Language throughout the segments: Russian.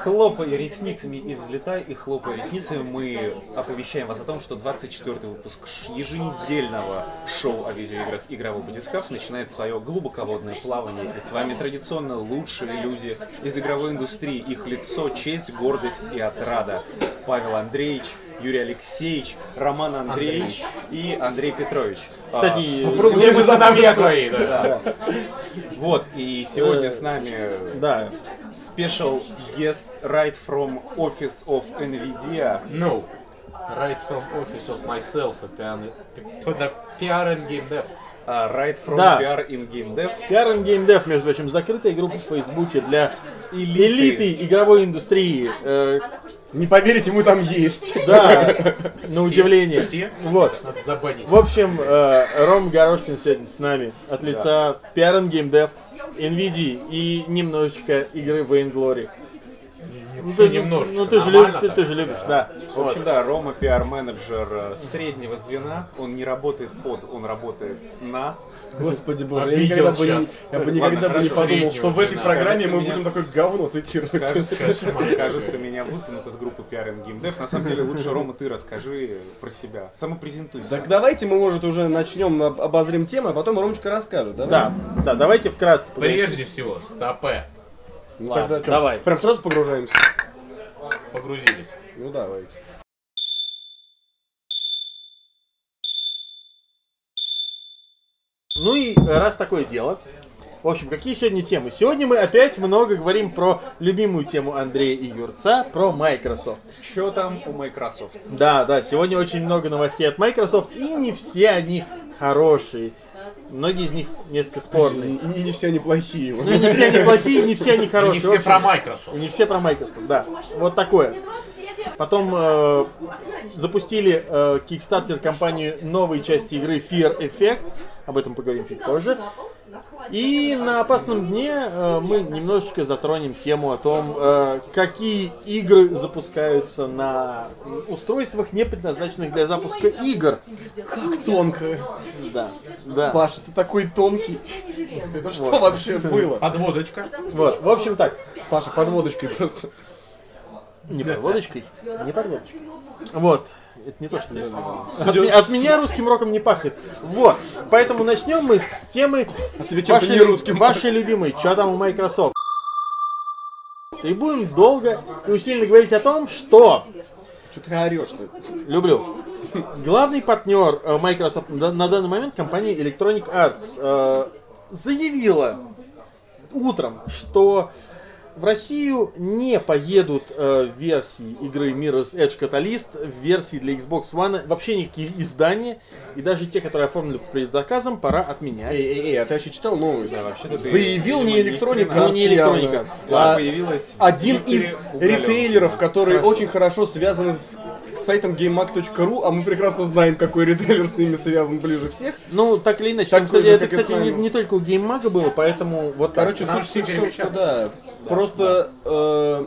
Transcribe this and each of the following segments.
Хлопай ресницами и взлетай, и хлопай ресницами мы оповещаем вас о том, что 24-й выпуск ш- еженедельного шоу о видеоиграх «Игровой батискаф» начинает свое глубоководное плавание. И с вами традиционно лучшие люди из игровой индустрии, их лицо, честь, гордость и отрада. Павел Андреевич, Юрий Алексеевич, Роман Андреевич и Андрей Петрович. А, Кстати, Попробуй сегодня- без одобья твои, да. да. Вот, и сегодня с нами Да. Special guest right from office of NVIDIA. No. Ну, Right from office of myself at piano- p- PR and Game Dev. а, right from Да. PR in Game Dev. PR and Game Dev, между прочим, закрытая группа в Фейсбуке для элиты, игровой индустрии. Э, Не поверите, мы там есть. да, на удивление. все? Вот. Надо забанить. В общем, э, Ром Горошкин сегодня с нами от лица PR and Game Dev, NVIDIA и немножечко игры Vainglory. Glory. Ну ты, немножечко. ну, ты же Нормально любишь, ты, так. ты же любишь, да. В общем, да, Рома пиар-менеджер э, среднего звена. Он не работает под, он работает на. Господи боже, я Обидел никогда бы, не, щас. я бы Ладно, никогда бы не хорошо. подумал, что в этой Среднего программе звена. мы Кажется, будем меня- такое говно цитировать. Кажется, кажется, меня выплюнут из группы PR and Game Dev. На самом деле, лучше, Рома, ты расскажи про себя. Самопрезентуйся. Так давайте мы, может, уже начнем, об- обозрим тему, а потом Ромочка расскажет, да? Да, да, давайте вкратце. Прежде всего, стопе. Ладно, Тогда чё, давай. Прям сразу погружаемся. Погрузились. Ну давайте. Ну и э, раз такое дело. В общем, какие сегодня темы? Сегодня мы опять много говорим про любимую тему Андрея и Юрца, про Microsoft. Что там у Microsoft? Да, да, сегодня очень много новостей от Microsoft, и не все они хорошие. Многие из них несколько спорные. И не все они плохие. Ну и не все они плохие, не все они Не хорошие. В все общем, про Microsoft. и не все про Microsoft, да. Вот такое. Потом э, запустили э, Kickstarter компанию новой части игры Fear Effect. Об этом поговорим чуть позже. И на опасном дне э, мы немножечко затронем тему о том, э, какие игры запускаются на устройствах, не предназначенных для запуска игр. Как тонко. Да, да. Паша, ты такой тонкий. Это что Вот. вообще было? Подводочка. Вот, в общем так, Паша, подводочкой просто. не подводочкой, не подводочкой. Вот, это не то, что я думал. от, ми- от меня русским роком не пахнет. Вот, поэтому начнем мы с темы А тебе вашей, лю- вашей любимой, что там у Microsoft. И будем долго и усиленно говорить о том, что Что ты орешь ты? люблю. Главный партнер э, Microsoft на на данный момент компания Electronic Arts э, заявила утром, что в Россию не поедут э, версии игры Mirror's Edge Catalyst, версии для Xbox One, вообще никакие издания, и даже те, которые оформлены по предзаказам, пора отменять. Эй, эй, эй, а ты вообще читал новость? Да, вообще-то ты, Заявил не видимо, ни электроника, А хрена. Ну, не Electronic Arts. Да, появилась Один из Дмитрия Уголёва. ритейлеров, которые Хорошо. очень хорошо связаны с сайтом gamemag.ru, а мы прекрасно знаем, какой ритейлер с ними связан ближе всех. Ну, так или иначе, там, Такой кстати, же, это, как и кстати, не, Final. не только у гейммага было, поэтому вот так. Короче, Нам суть в все том, что, перемещаться. да, просто э,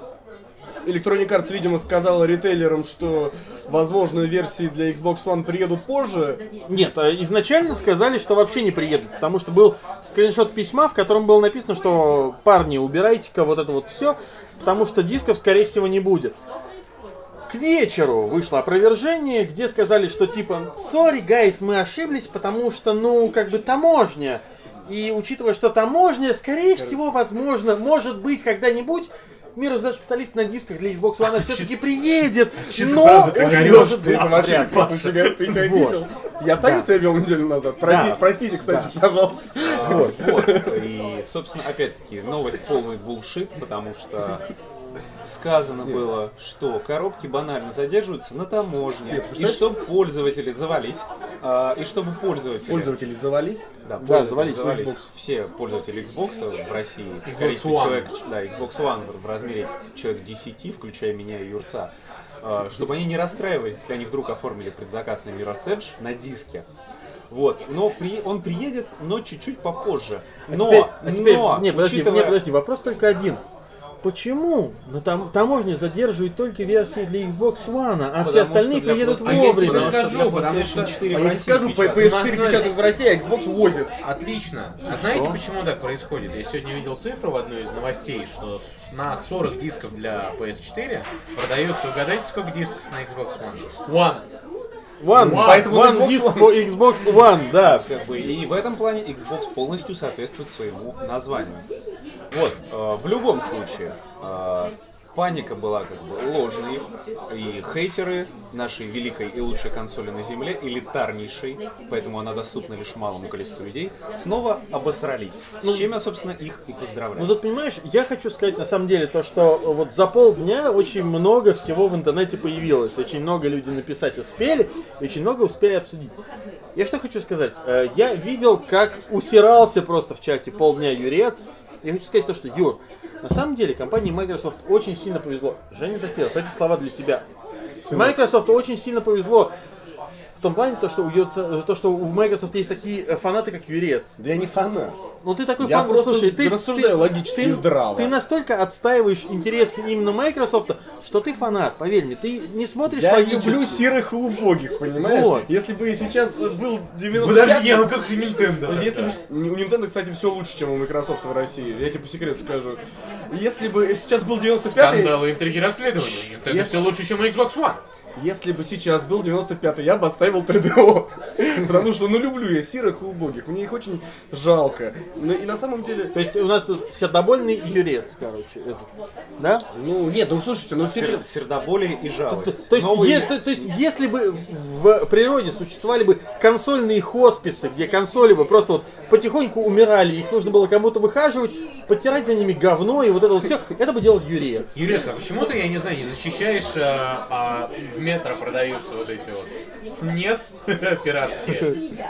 Electronic Arts, видимо, сказала ритейлерам, что, возможно, версии для Xbox One приедут позже. Нет, э, изначально сказали, что вообще не приедут, потому что был скриншот письма, в котором было написано, что парни, убирайте-ка вот это вот все, потому что дисков, скорее всего, не будет. К вечеру вышло опровержение, где сказали, что типа, сори, гайс, мы ошиблись, потому что, ну, как бы таможня. И учитывая, что таможня, скорее всего, возможно, может быть, когда-нибудь Мир за каталист на дисках для Xbox One все-таки приедет, но Ты очень орёшь, может ты быть это вообще, вряд ли. Паша, себя- ты себя Вот. видел? Я так Да. же себя вел неделю назад. Прости- Да. Простите, кстати, пожалуйста. Вот. И, собственно, опять-таки, новость полный булшит, потому что сказано было, что коробки банально задерживаются на таможне, и представляешь? чтобы пользователи завались, а, и чтобы пользователи, Пользователи завались? да, Да, пользователи завались на Xbox. все пользователи Xbox в России, Xbox количество One. человек, да, Xbox One в размере человек 10, включая меня и Юрца, а, чтобы они не расстраивались, если они вдруг оформили предзаказ на Mirror's Edge на диске. Вот, но при, он приедет, но чуть-чуть попозже. А но, теперь, а теперь- но, не, подожди, учитывая- не, подожди, вопрос только один. Почему? Ну там таможня задерживает только версии для Xbox One, а Потому все остальные что для А приедут PlayStation- вовремя. Потому что скажу, для потому PlayStation что- 4 в А я не России скажу, сейчас- PS4 печатают в России, а Xbox возит. Отлично. А знаете, почему так происходит? Я сегодня видел цифру в одной из новостей, что с- на 40 дисков для PS4 продается, угадайте, сколько дисков на Xbox One? One. One, One, поэтому Xbox One диск One. по Xbox One, да. как бы, и в этом плане Xbox полностью соответствует своему названию. Вот, э, в любом случае, э, паника была как бы ложной, и хейтеры нашей великой и лучшей консоли на земле, элитарнейшей, поэтому она доступна лишь малому количеству людей, снова обосрались, с чем я, собственно, их и поздравляю. Ну тут понимаешь, я хочу сказать на самом деле то, что вот за полдня очень много всего в интернете появилось, очень много люди написать успели, и очень много успели обсудить. Я что хочу сказать, Э, я видел, как усирался просто в чате полдня Юрец. Я хочу сказать то, что Юр, на самом деле компании Microsoft очень сильно повезло. Женя Закиров, эти слова для тебя. Microsoft очень сильно повезло в том плане, то, что у, Юрца- то, что у Microsoft есть такие э, фанаты, как Юрец. Да я не фанат. Ну ты такой Я фан, ну, просто слушай, ты рассуждаю ты- логически ты- и здраво. Ты настолько отстаиваешь интересы именно Microsoft, что ты фанат, поверь мне, ты не смотришь Я логически. люблю серых и убогих, понимаешь? Вот. Если бы и сейчас был 90 ну, как же Nintendo? Потому что если бы- у Nintendo, кстати, все лучше, чем у Microsoft в России. Я тебе по секрету скажу. Если бы сейчас был 95-й, Скандалы, интриги, расследования. Nintendo Если- все лучше, чем Xbox One. если бы сейчас был 95-й, я бы отставил 3DO. Потому что, ну, люблю я серых и убогих. Мне их очень жалко. Ну, и на самом деле... То есть у нас тут сердобольный Юрец, короче, этот, да? Ну, нет, ну, слушайте, ну, Сер- сердоболие и жалость. То есть, Новые- е- то- то есть, если бы в природе существовали бы консольные хосписы, где консоли бы просто вот потихоньку умирали, их нужно было кому-то выхаживать, потирать за ними говно и вот это вот все, это бы делал Юрец. Юрис, а почему ты, я не знаю, не защищаешь, э, а в метро продаются вот эти вот СНЕС пиратские?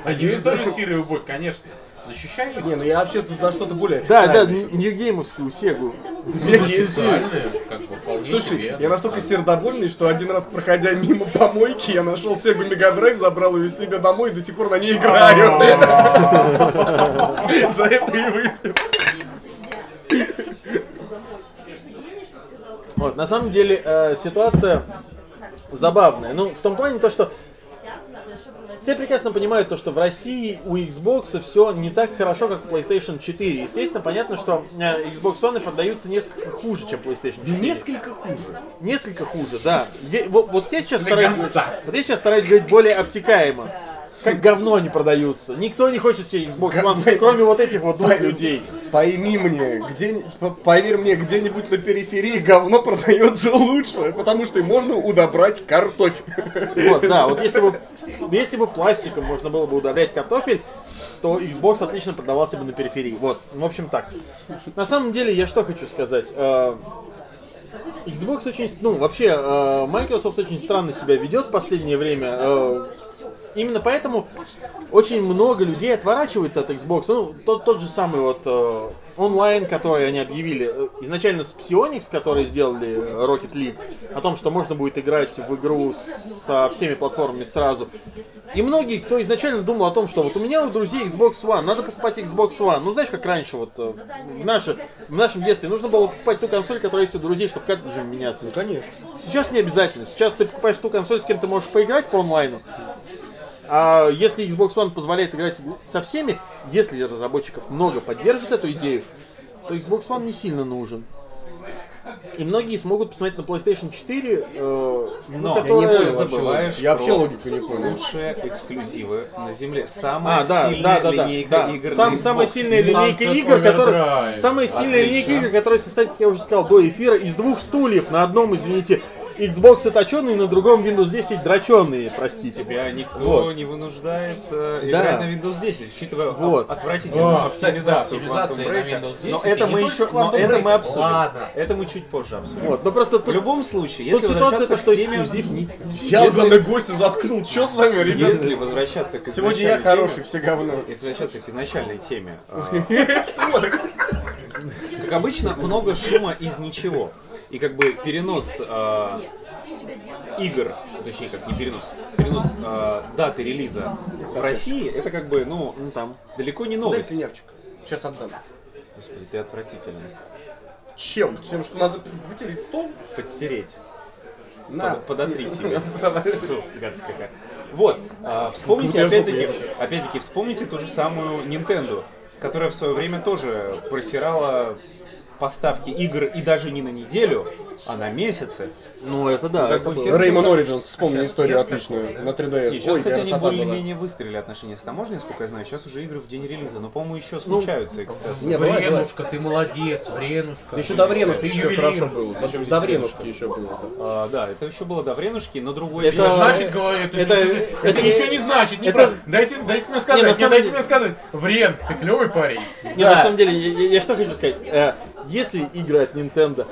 Они же тоже серые убой, конечно. Защищай их. Не, ну я вообще тут за что-то более Да, да, официальное. ньюгеймовскую сегу. Официальные, Ну, как бы, вполне Слушай, себе. я настолько сердобольный, что один раз проходя мимо помойки, я нашел Sega Mega Drive, забрал ее себе домой и до сих пор на ней А. играю. За это и выпил. Вот, на самом деле э, ситуация забавная. Ну, в том плане то, что все прекрасно понимают то, что в России у Xbox все не так хорошо, как у PlayStation 4. Естественно, понятно, что э, Xbox One продаются несколько хуже, чем PlayStation 4. Несколько хуже. Несколько хуже, да. Е- вот, вот я сейчас стараюсь, Слегонца. говорить- вот я сейчас стараюсь говорить более обтекаемо. Как говно они продаются. Никто не хочет себе Xbox One, кроме вот этих вот двух людей. Пойми мне, где, п- поверь мне, где-нибудь на периферии говно продается лучше, потому что можно удобрать картофель. Вот, да, вот если бы, если бы пластиком можно было бы удобрять картофель, то Xbox отлично продавался бы на периферии. Вот, ну, в общем так. На самом деле, я что хочу сказать. Э, Xbox очень, с- ну вообще, э, Microsoft очень странно себя ведет в последнее время. Э, Именно поэтому очень много людей отворачивается от Xbox. Ну, тот, тот же самый вот э, онлайн, который они объявили. Э, Изначально с Psyonix, которые сделали э, Rocket League, о том, что можно будет играть в игру с- со всеми платформами сразу. И многие, кто изначально думал о том, что вот у меня у друзей Xbox One, надо покупать Xbox One. Ну, знаешь, как раньше, вот э, в, наше, в нашем детстве нужно было покупать ту консоль, которая есть у друзей, чтобы картриджем меняться. Конечно. Сейчас не обязательно. Сейчас ты покупаешь ту консоль, с кем ты можешь поиграть по онлайну. А если Xbox One позволяет играть со всеми, если разработчиков много поддержит эту идею, то Xbox One не сильно нужен. И многие смогут посмотреть на PlayStation 4, э, ну, Но которая- ты забываешь Я вообще про логику не понял. Лучшие эксклюзивы на земле. А, Самая да, сильная да, да, да. линейка да. игр Сам- на самая Xbox. сильная линейка Sunset игр, которая, Overdrive. самая сильная линейка Отлично. игр, которая состоит, как я уже сказал, до эфира, из двух стульев. На одном, извините, Xbox точеный, на другом Windows 10 дроченые, простите. Тебя никто Вот. не вынуждает э, Да. играть на Windows 10, учитывая об- Вот. отвратительную А, оптимизацию кстати, да, Quantum оптимизация на Break'а. Windows 10 Но и это не мы только еще, но Quantum это мы Break'а. обсудим. Ладно. Это мы чуть позже обсудим. Вот, но просто В тут, любом случае, тут если ситуация возвращаться то, к что теме, эксклюзив не эксклюзив. Я Если- за на гостя заткнул. Че с вами, ребята? если возвращаться к Сегодня я изначальной хороший, теме- все говно. Если возвращаться к изначальной теме. э, Как обычно, много шума из ничего. И как бы перенос э, игр, точнее как не перенос, перенос э, даты релиза в России, это как бы, ну, Ну, там. далеко не Дай новость. слюнявчик. Сейчас отдам. Господи, ты отвратительный. Чем? Тем, что надо вытереть стол? Подтереть. На. Под- подотри себе. Фу, гадость какая. Вот, а, вспомните, Кругляшу, опять-таки, опять-таки, вспомните ту же самую Nintendo, которая в свое время тоже просирала поставки игр и даже не на неделю, а на месяцы. Ну, это да. Как это бы было. все Rayman Сейчас Origins, вспомни нет историю такого, отличную да? на Не, 3DS. сейчас, Ой, кстати, они красота была. более-менее выстрелили отношения с таможней, насколько я знаю. Сейчас уже игры в день релиза, но, по-моему, Ну, еще случаются эксцессы. Нет, бывает, бывает. Вренушка, ты молодец, Вренушка. Да еще Ты до Вренушки ты все ювелир. хорошо было. Причем здесь До Вренушки еще было. да. А, да, это еще было до Вренушки, но другое Это- дело, Значит, говорю, это, Это- это, это- ничего не значит. не это- правда. Дайте, дайте мне сказать, Не, на не, самом дайте деле- мне сказать. Врен, ты клевый парень. Не, на самом деле, я, я- я что хочу сказать. Э, если игры от Nintendo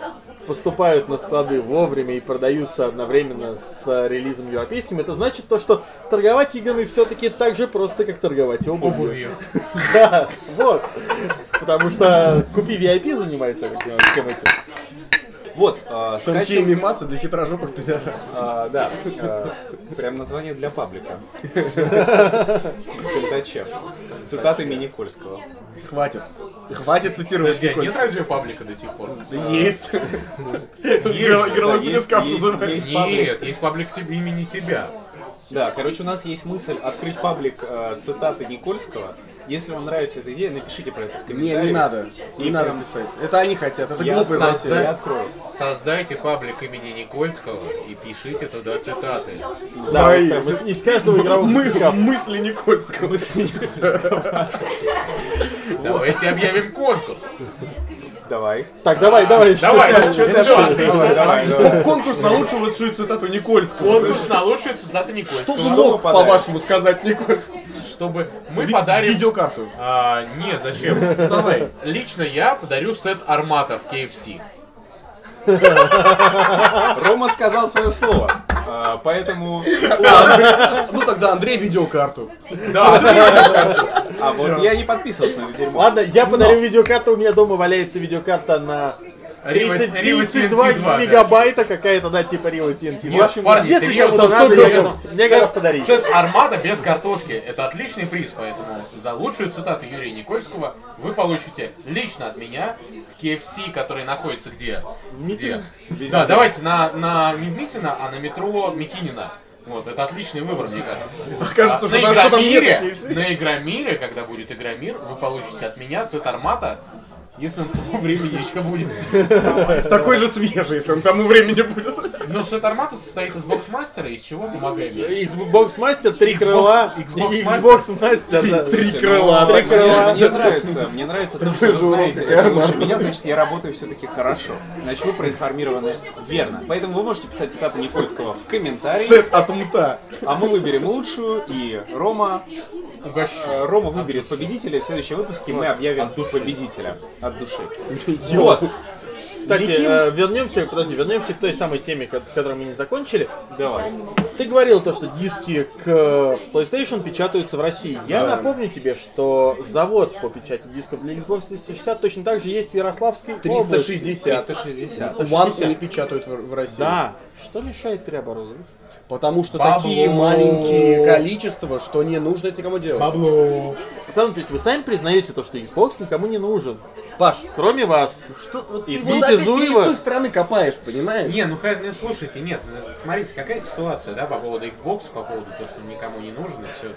поступают на склады вовремя и продаются одновременно с э, релизом европейским, это значит то, что торговать играми все-таки так же просто, как торговать обувью. Обувью. Да, вот. Потому что купи VIP занимается э, всем этим. Вот, а, Сынки и скачем- мимасы для хитрожопых пидорасов. А, да, э, прям название для паблика. В Кантаче. С цитатами Никольского. Хватит. Хватит цитировать. Подожди, а Николь. нет разве паблика до сих пор? Да есть. Игровой- игровой Игровой Да, есть, батискаф есть, называется. называется. есть. Нет, есть паблик тебе- имени тебя. Да, короче, у нас есть мысль открыть паблик э, цитаты Никольского. Если вам нравится эта идея, напишите про это в Не, комментариях. не надо. И Не надо прям писать. Это они хотят, это Я, глупые созда- я затеи. открою. Создайте паблик имени Никольского и пишите туда цитаты. Да, вот Свои. прям из, из каждого игрового Мы- диска. Мысли Никольского. Давайте объявим конкурс. Давай. Так, давай, давай. Давай, щас- чё ты щас- ждёшь? щас- Давай, давай, давай. Конкурс на лучшую лучшую цитату Никольского. То Конкурс есть, на лучшие цитаты Что Никольского. бы Что мы мог, подарим? по-вашему, сказать Никольский? Чтобы мы Ви- подарим... Видеокарту. А, нет, зачем? Давай. Лично я подарю сет армата в KFC. Рома сказал свое слово. А, поэтому... Ну тогда Андрей видеокарту. А вот я не подписывался на это дерьмо. Ладно, я подарю видеокарту, у меня дома валяется видеокарта на 30, 32 мегабайта какая-то, да, типа Рио TNT. Нет, парни, если серьезно, кому-то надо, я автографом. готов, мне готов подарить. Сет армата без картошки. Это отличный приз, поэтому за лучшую цитату Юрия Никольского вы получите лично от меня в KFC, который находится где? Где? Да, давайте на, на не в Митино, а на метро Микинина. Вот, это отличный выбор, мне кажется. Кажется, А что на даже что там Игромире, нет. KFC. на Игромире, когда будет Игромир, вы получите от меня сет армата, если он к тому времени еще будет. Такой же свежий, если он к тому времени будет. Но сет армата состоит из боксмастера, из чего помогаем? Xbox Master, три Xbox- крыла, Xbox и Xbox Master, да. Три Слушай, крыла. ну, Три Мне, крыла. мне нравится, мне нравится то, что вы знаете это лучше меня, значит, я работаю все-таки хорошо. Значит, вы проинформированы верно. Поэтому вы можете писать цитаты Никольского в комментарии, Сет от мута. а мы выберем лучшую, и Рома... Угощу. э, Рома выберет победителя, и в следующем выпуске мы объявим победителя от души. Ёлки. Вот. Кстати, Летим. э, вернемся, подожди, вернемся к той самой теме, ко- с которой мы не закончили. Давай. Ты говорил то, что диски к э, PlayStation печатаются в России. Я Да. напомню тебе, что завод по печати дисков для Xbox 360 точно так же есть в Ярославской области. 360. 360. One не печатают в в России. Да. Что мешает переоборудовать? Потому что Бабло. такие маленькие количества, что не нужно это никому делать. Пабло. Пацаны, то есть вы сами признаете то, что Xbox никому не нужен, Паш, Ну кроме вас. что вот И ты Витя вот опять Зуева? через той стороны копаешь, понимаешь? Не, ну ха- ну, слушайте, нет, ну, смотрите, какая ситуация, да, по поводу Xbox, по поводу того, что никому не нужен и все.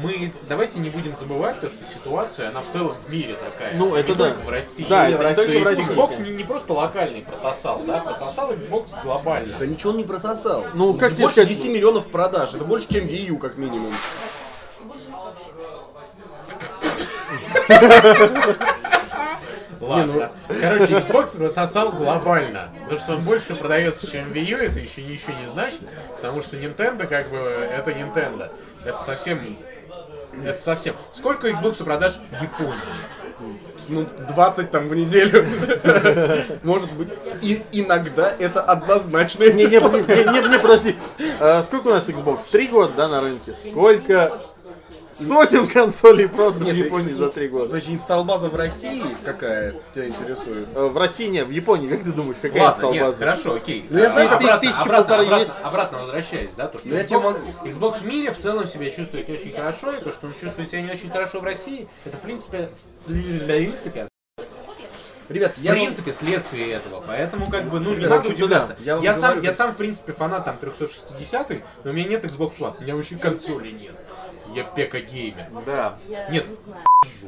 Мы, давайте не будем забывать то, что ситуация, она в целом в мире такая. Ну, это не да. только в России. То Да, это не есть только в России. Xbox не, не просто локальный прососал, да, прососал Xbox глобально. Да ничего он не прососал. Ну, как тебе больше сказать- 10 миллионов продаж. Это больше, чем Wii U, как минимум. Ладно. ну, Короче, Xbox прососал глобально. То, что он больше продается, чем Wii U, это еще ничего не значит, потому что Nintendo, как бы, это Nintendo. Это совсем... Это совсем. Сколько Xbox продаж в Японии? Ну, 20 там в неделю. Может быть. И иногда это однозначное Не, не, число. подожди, не, не, не, подожди. Э, сколько у нас Xbox? Три года, да, на рынке? Сколько сотен консолей продано в Нет, Японии и- за три года? Значит, инсталбаза в России какая тебя интересует? Э, В России нет, в Японии, как ты думаешь, какая Ладно, стала нет, база? хорошо, окей. Ну, я знаю, А, ты- обратно, тысячи обратно, полторы обратно, есть. обратно возвращаясь, да, то, что Ну, я тебе Xbox, Xbox в мире в целом себя чувствует не очень хорошо, и то, что он чувствует себя не очень хорошо в России, это в принципе, в принципе, Ребят, В я вам- принципе, следствие этого. Поэтому, как бы, ну, не Ребят, надо ну, да, удивляться. я Я, вот сам, говорю, я как- сам, в принципе, фанат там 360 но у меня нет Xbox One. У меня вообще консоли нет. Я пека геймер. Да. Нет, жу.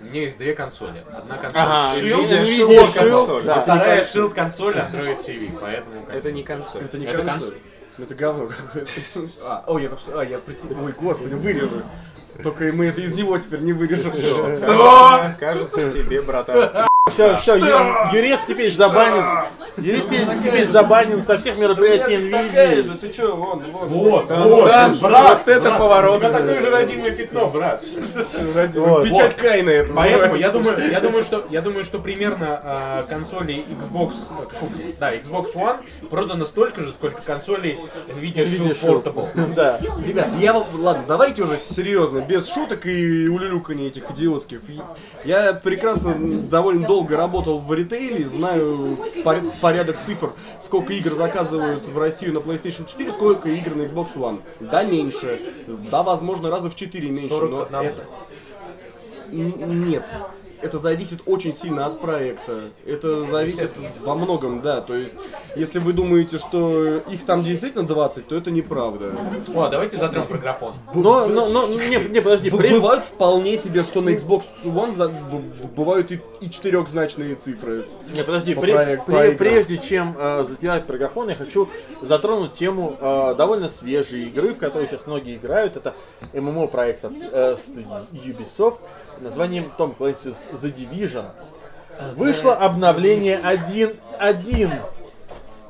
у меня есть две консоли. Одна консоль Ага, Shield, Nvidia Shield Shield, консоль, да. а вторая Shield консоль Android TV. Поэтому как Это бы, не консоль. Это не Это консоль. Ну, Это говно какое-то. А, ой, это всё- А, я прийти. Ой, господи, вырежу. Только и мы это из него теперь не вырежем. Все, Кажется, кажется тебе, братан. Все, все, Юрец теперь забанен. Юрец теперь забанен со всех мероприятий Nvidia. Ты чё, вон, вон. Вот, Да, вот, да, ну, брат, это брат, поворот. У тебя такое же родимое пятно, брат. Ради- Вот. Печать Каина это. Поэтому я называется. думаю, я думаю, что я думаю, что примерно а, консолей Xbox, э, фу, да, Xbox One продано столько же, сколько консолей Nvidia Shield Portable. Да. Ребят, я вам... Ладно, давайте уже серьезно, без шуток и улюлюканий этих идиотских. Я прекрасно м, довольно долго работал в ритейле, знаю пор- порядок цифр, сколько игр заказывают в Россию на PlayStation 4, сколько игр на Xbox One. Да, меньше. Да, возможно, раза в 4 меньше, но 41. это... Н- Нет. Это зависит очень сильно от проекта. Это зависит во многом, да. То есть, если вы думаете, что их там действительно 20, то это неправда. О, давайте затрем про графон. Но, но, но, не, не, подожди, Б- прежде- Бывают вполне себе, что на Xbox One за- б- б- бывают и, и четырехзначные цифры. Не, подожди, По пре- проект- пре- по играм. прежде чем э, затирать прографон, я хочу затронуть тему э, довольно свежей игры, в которую сейчас многие играют. Это ММО проект от э, студии Ubisoft под названием Tom Clancy's The Division. Вышло обновление 1.1.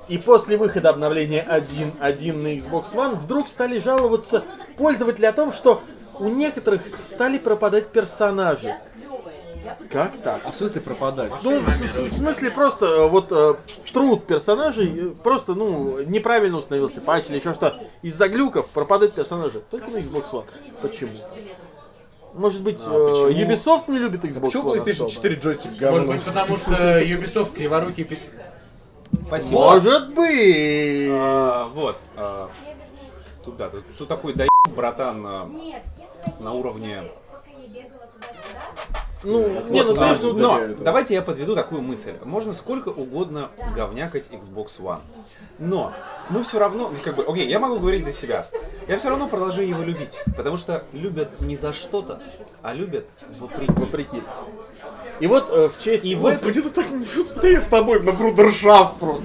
И после выхода обновления 1.1 на Xbox One вдруг стали жаловаться пользователи о том, что у некоторых стали пропадать персонажи. Как так? А в смысле пропадать? Ну, в, с- в смысле, просто э, вот э, труд персонажей э, просто, ну, неправильно установился патч или еще что. Из-за глюков пропадают персонажи. Только на Xbox One. Почему? Может быть, э, Ubisoft не любит Xbox А, Почему One PlayStation особо? 4 джойстик Может говно? быть, потому что Ubisoft криворукий пи- Спасибо. А, Может быть! А, вот. а, тут да, тут, тут такой да братан а, Нет, если на уровне. пока я бегала туда-сюда, Ну, не, ну, вот, конечно, да. да. Но это. давайте я подведу такую мысль. Можно сколько угодно говнякать Xbox One. Но мы все равно, ну, как бы, окей, я могу говорить за себя. Я все равно продолжаю его любить. Потому что любят не за что-то, а любят вопреки. Вопреки. И вот э, в честь... И в этом- Господи, это так... Да я с тобой на брудершафт просто.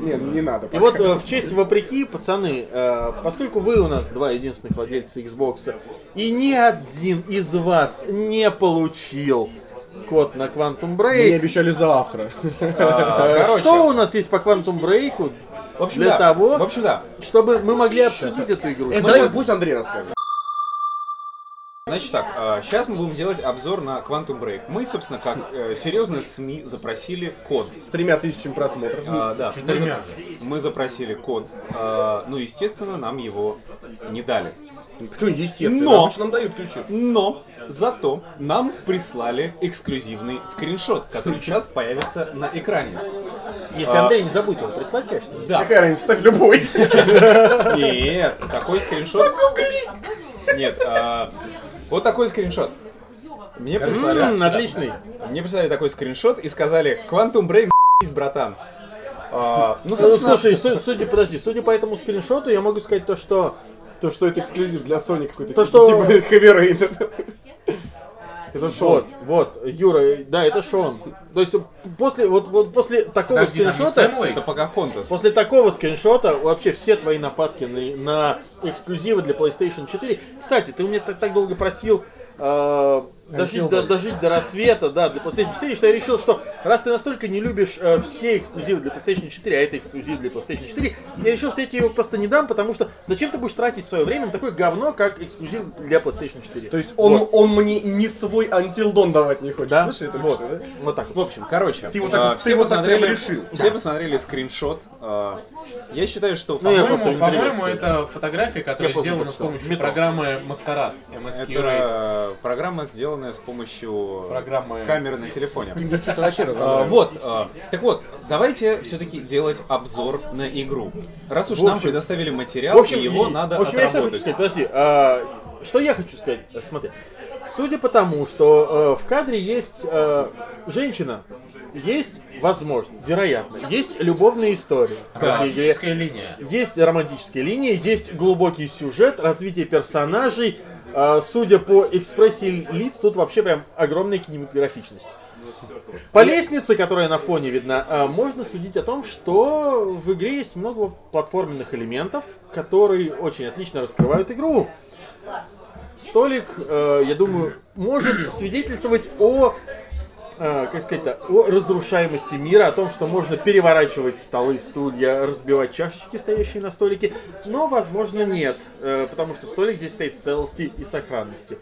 Не, не надо. И вот э, в честь вопреки, пацаны, э, поскольку вы у нас два единственных владельца Xbox, и ни один из вас не получил код на Quantum Мне Break, обещали завтра. А, э, короче, что у нас есть по Quantum Break, в общем, для да, того- В общем, да. чтобы мы могли обсудить эту игру? Э, Смотри, давай пусть Андрей расскажет. Значит так, сейчас мы будем делать обзор на Quantum Break. Мы, собственно, как э, серьезные СМИ запросили код С тремя тысячами просмотров. А, да, мы, Четырьмя за- мы запросили код, а, ну, естественно, нам его не дали. Почему естественно? Но- Обычно нам дают ключи. Но зато нам прислали эксклюзивный скриншот, который сейчас появится на экране. Если Андрей не забудет его прислать, конечно. Да, Какая разница, ставь любой. нет, такой скриншот... Нет, а, вот такой скриншот. Мне М, прислали, отличный. мне прислали такой скриншот и сказали, Quantum Break, за***ись, братан. А, ну, Ну, собственно, слушай, су- судя, подожди, судя по этому скриншоту, я могу сказать то, что То, Ну, что это эксклюзив для Sony какой-то. То, что- Типа Heavy Rain. Это Вот, шоу. вот, Юра, э, да, это Шон. То есть после, вот, вот после такого Подожди, там не скриншота, Сэм Лейк? это Покахонтас. После такого скриншота вообще все твои нападки на, на эксклюзивы для PlayStation 4. Кстати, ты у меня так, так долго просил э, дожить, до, дожить до рассвета, да, для PlayStation 4, что я решил, что раз ты настолько не любишь э, все эксклюзивы для PlayStation 4, а это эксклюзив для PlayStation 4, я решил, что я тебе его просто не дам, потому что зачем ты будешь тратить свое время на такое говно, как эксклюзив для PlayStation 4. То есть он, он мне не свой антилдон давать не хочет. да, Слышишь, это вот, что, да? вот так. В общем, короче, Ты вот так а, вот- ты все, вот так посмотрели, прям решил. все посмотрели скриншот. а, я считаю, что Ну, я по-моему, просто не По-моему, по-моему, привез. это фотография, которая Я поздно сделана с прочитал. помощью Метро. программы Маскарад. MSQ Rate. это программа, сделанная с помощью Программы. камеры на телефоне. Да что-то вообще А, разобрали. вот, а, так вот, давайте все-таки делать обзор на игру. Раз уж В нам общем- предоставили материал, В общем, и его и- надо в общем, я что хочу отработать. сказать, подожди. а, что я хочу сказать? Э, Смотри. Судя по тому, что э, в кадре есть э, женщина, есть, возможно, вероятно, есть любовные истории. как в игре. Романтическая линия. Есть романтические линии, есть глубокий сюжет, развитие персонажей. Э, Судя по экспрессии лиц, тут вообще прям огромная кинематографичность. По лестнице, которая на фоне видна, э, можно судить о том, что в игре есть много платформенных элементов, которые очень отлично раскрывают игру. Столик, э, я думаю, может свидетельствовать о э, как сказать-то, о разрушаемости мира, о том, что можно переворачивать столы, стулья, разбивать чашечки, стоящие на столике, но, возможно, нет, э, потому что столик здесь стоит в целости и сохранности.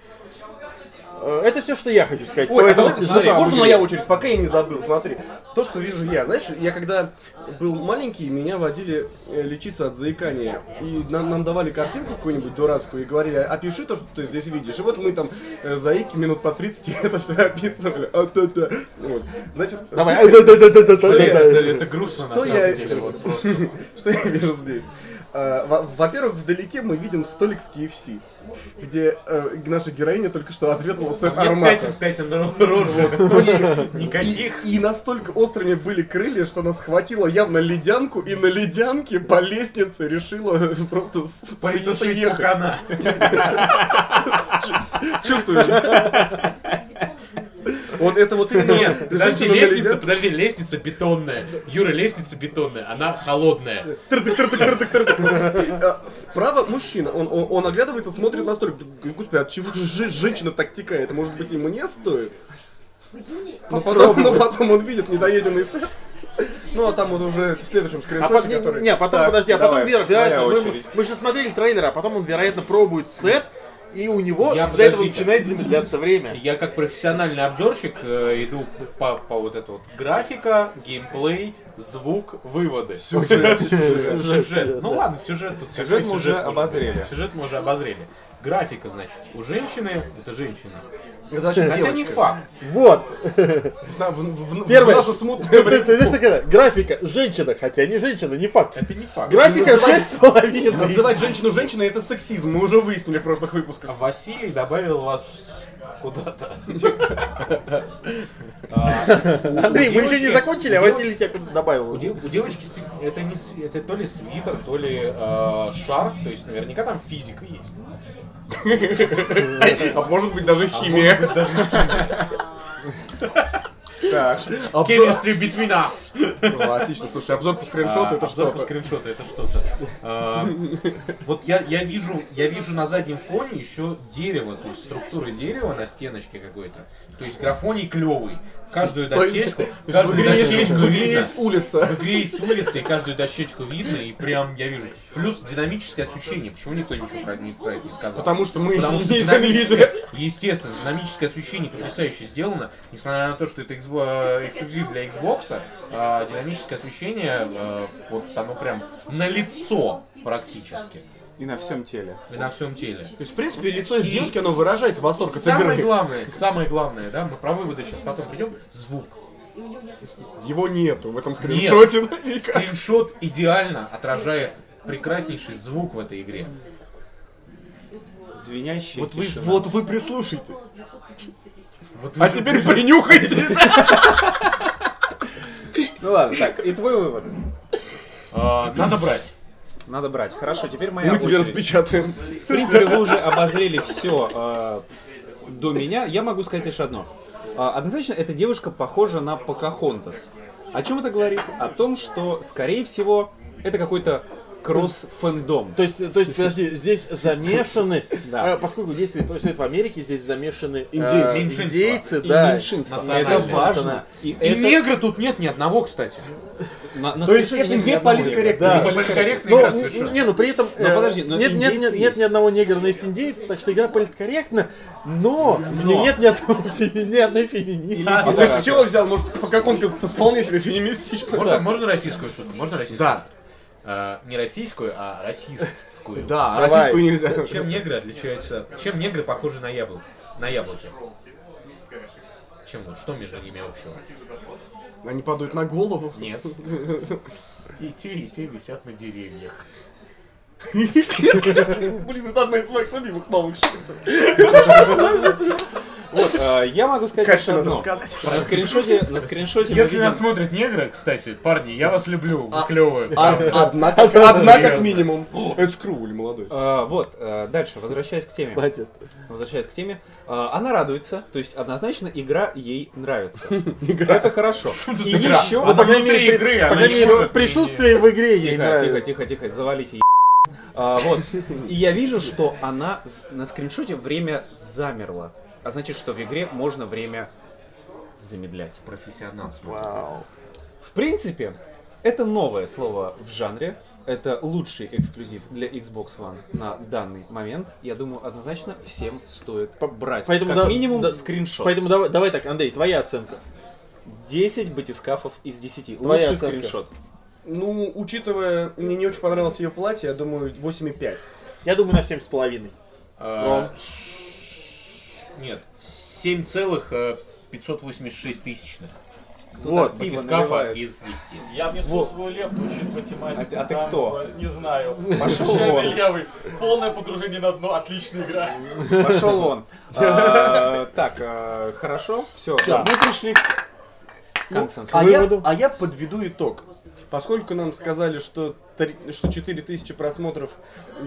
Э, Это все, что я хочу сказать. Ой, а поэтому давай, скажу смотри, там, можно где- моя очередь, пока я не забыл, смотри. То, что вижу я, знаешь, я когда был маленький, меня водили э, лечиться от заикания. И нам, нам давали картинку какую-нибудь дурацкую и говорили, опиши то, что ты здесь видишь. И вот мы там э, заики минут по 30 это все описывали. А, да, да. Вот. Значит, Давай. а, да-да-да-да-да-да-да. Блин, Это это грустно, на Что я- самом деле, вот просто. Что я вижу здесь? Э, во- Во-первых, вдалеке мы видим столик с KFC, где э, наша героиня только что ответила сет Нет, ароматом. пятен, пятен рожек, точно, никаких. И, и настолько острыми были крылья, что она схватила явно ледянку и на ледянке по лестнице решила просто с- с- Политический съехать. пукана. Чувствуешь? да? Вот это вот именно... Нет, подожди, женщина на лестница, ледянке. подожди, лестница бетонная. Юра, лестница бетонная, она холодная. Тыртык, тыртык, тыртык, тыртык. А, Справа мужчина, он, он, он оглядывается, смотрит на столик. Господи, от чего же женщина так текает? Может быть, и мне стоит? Но потом, но потом он видит недоеденный сет. Ну, а там вот уже в следующем А скриншоте, потом, не, который... не, потом, Так, подожди, а давай. потом, вер- вероятно, моя мы, очередь. мы же смотрели трейлер, а потом он, вероятно, пробует сет, и у него Я, из-за этого подождите. начинает замедляться время. Я как профессиональный обзорщик э, иду по, по вот это вот графика, геймплей, звук, выводы. Сюжет, Сюжет. сюжет, Ну да. ладно, сюжет тут Сюжет какой мы уже может обозрели. быть? Сюжет мы уже обозрели. Графика, значит, у женщины, это женщина. Это вообще Хотя не девочка. факт. Вот. На- в- в- в- Первое. в наше смутное Ты, ты- ты время. знаешь, такая графика, женщина, хотя не женщина, не факт. Это не факт. Графика Называй- 6,5. Называть женщину женщиной это сексизм, мы уже выяснили в прошлых А выпусках. Василий добавил вас куда-то. А, у- у Андрей, мы еще не девочки- закончили, а у дев- Василий тебя куда-то У добавил. дев- у девочки с- это не с- это то ли свитер, то ли э, шарф, то есть наверняка там физика есть. А может быть даже химия. Так, обзор... Chemistry between us. Ну, отлично, слушай, обзор по скриншоту А, это обзор что? по скриншоту это что-то. А, Вот я, я вижу, я вижу на заднем фоне еще дерево, то есть структура дерева на стеночке какой-то. То есть графоний клевый. Каждую дощечку, каждую дощечку В игре видно. есть улица. В игре есть улица, и каждую дощечку видно, и прям я вижу. Плюс динамическое освещение. Почему никто ничего про это не, про это не сказал? Потому что мы Потому что не динамическое, видели. естественно, динамическое освещение потрясающе сделано, несмотря на то, что это эксбо- э, эксклюзив для Xbox, а, динамическое освещение, э, вот оно прям на лицо практически, И на всем теле. и на всем теле. То есть, в принципе, лицо девушки, оно выражает восторг от Самое игры. главное, самое главное, да, мы про выводы сейчас потом придем, звук. Его нету в этом скриншоте. да, и как? Скриншот идеально отражает прекраснейший звук в этой игре. Звенящая Вот вы, тишина. вот вы прислушайтесь. Вот А вы- теперь принюхайтесь. Ну ладно, так, и твой вывод. А, надо брать. Надо брать. Хорошо, теперь моя Мы тебе очередь. распечатаем. В принципе, вы уже обозрели все до меня. Я могу сказать лишь одно. А, однозначно, эта девушка похожа на Покахонтас. О чем это говорит? О том, что, скорее всего, это какой-то кросс-фэндом. То есть, то есть, подожди, здесь замешаны, Да. э, поскольку действие происходит в Америке, здесь замешаны э, Индейцы. Меньшинство. индейцы, И да. меньшинство. Национальное. Это важно. И, И это- негра тут нет ни одного, кстати. на- на То есть скриншоте это нет ни не одного политкорректно. негра. Да. Политкорректная Ну, игра н- совершенно. не, ну при этом... Ну, э, подожди, но нет, нет, индейцы нет, нет есть. ни одного негра, но есть индейцы, так что игра политкорректна, но, в ней Но. нет ни, одного, феми- ни одной феминистки. А, да. А ты с чего взял? Может, по как он вполне себе феминистично? Можно, можно российскую шутку? Можно российскую? А, не российскую, а расистскую. Да, Давай. А российскую нельзя. Чем негры отличаются? Чем негры похожи на яблоко? На яблоки. Чем вот? Что между ними общего? Они падают на голову. Нет. И те, и те висят на деревьях. Блин, это одна из моих любимых новых шуток. Вот, э, я могу сказать Как лишь надо одно. рассказать? На скриншоте, на скриншоте мы Если видим- нас смотрят негры, кстати, парни, я вас люблю, вы клевые. А, а Одна как одна как минимум. О, Это Скруваль молодой. Э, вот, э, дальше, возвращаясь к теме. Хватит. Возвращаясь к теме, э, она радуется, то есть однозначно игра ей нравится. Это хорошо. И игра? А еще... Она внутри при- игры, она по крайней не мере, может присутствие в игре ей Тихо, нравится. тихо, тихо, тихо, завалите. е- А, вот. И я вижу, что она з- на скриншоте время замерло. А значит, что в игре можно время замедлять. Профессионал смотрит. Вау. В принципе, это новое слово в жанре. Это лучший эксклюзив для Xbox One на данный момент. Я думаю, однозначно всем стоит брать. поэтому как да- минимум да- скриншот. Поэтому давай, давай так, Андрей, твоя оценка. 10 батискафов из 10. Твоя Лучший оценка. скриншот. Ну, учитывая, мне не очень понравилось ее платье, я думаю, 8,5. Я думаю, на 7,5. А, ш- Нет, э, 7,586 тысячных. Вот. так пиво Батискафа наливает? из 10. Я внесу Вот. свою лепту, учитывая тематику. А- а ты Там, кто? э, Не знаю. Пошел Жена он. левый. Полное погружение на дно. Отличная игра. Пошел он. А, Так, а, хорошо, все. Да. Мы пришли к консенсусу. А я, выводу? а я подведу итог. Поскольку нам сказали, что, три- что 4000 просмотров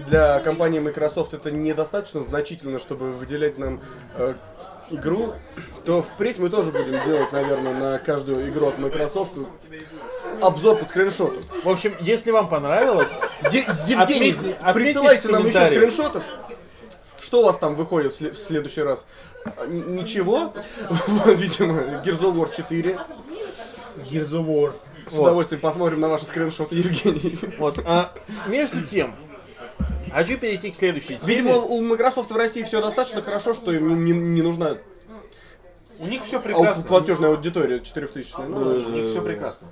для компании Microsoft это недостаточно значительно, чтобы выделять нам э, игру, то впредь мы тоже будем делать, наверное, на каждую игру от Microsoft обзор по скриншоту. В общем, если вам понравилось, Е- Евгений, Отметь- отметьте присылайте в нам еще комментариях. скриншотов. Что у вас там выходит в сле- в следующий раз? А, н- Ничего. Видимо, Gears of War 4. Gears of War. С удовольствием посмотрим на ваши скриншоты, Евгений. вот, а, между тем, хочу перейти к следующей теме. Видимо, у Microsoft в России все достаточно хорошо, что им не, не- не нужна У них все ау- прекрасно. платежная аудитория 4000. Ну, Ну, У них все прекрасно.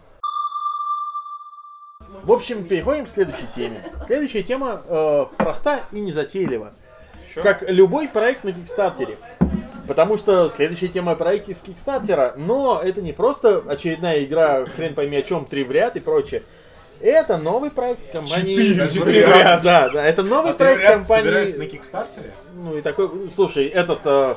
В общем, переходим к следующей теме. Следующая тема э, проста и незатейлива. Как любой проект на Кикстартере. Потому что следующая тема о проекте с Кикстартера. Но это не просто очередная игра, хрен пойми о чем, три в ряд и прочее. Это новый проект компании... четыре в ряд. Да, да, это новый А ты проект вариант компании... собирается на Кикстартере? Ну и такой, ну, слушай, этот э,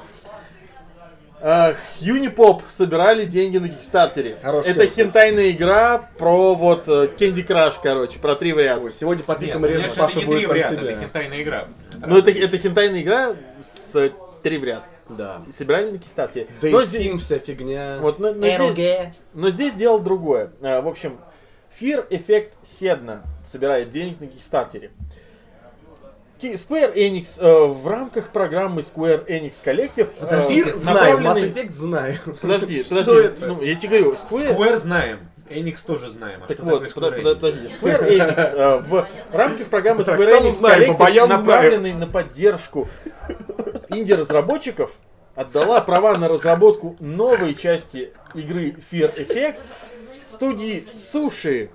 э, Юнипоп собирали деньги на Кикстартере. Хорошая Это тема, кстати. хентайная игра про вот Кенди Краш, короче, про три в ряд. Ой, сегодня по пикам Нет, резать конечно, это Паша не будет три в сам ряд, это себя. хентайная игра. Ну это, это хентайная игра с э, три в ряд. Да. Собирали на Кикстартере. Да Но и здесь- Сим вся фигня. Вот, но, но здесь, но здесь дело другое. Э, В общем, Fear Effect Седна собирает денег на Кикстартере. Ки- Square Enix э, в рамках программы Square Enix Collective э, Фир знаю, направленной- Mass Effect знаю. Подожди, Что подожди, это? ну, я тебе говорю, Square... Square знаем. Enix тоже знаем. А Так что вот, такое подо- Square подо- Enix? подожди, Square Enix э, в рамках программы Так, Square сам Enix знаем, Collective, Бабаян знаем. направленной на поддержку инди-разработчиков, отдала права на разработку новой части игры Fear Effect студии Суши,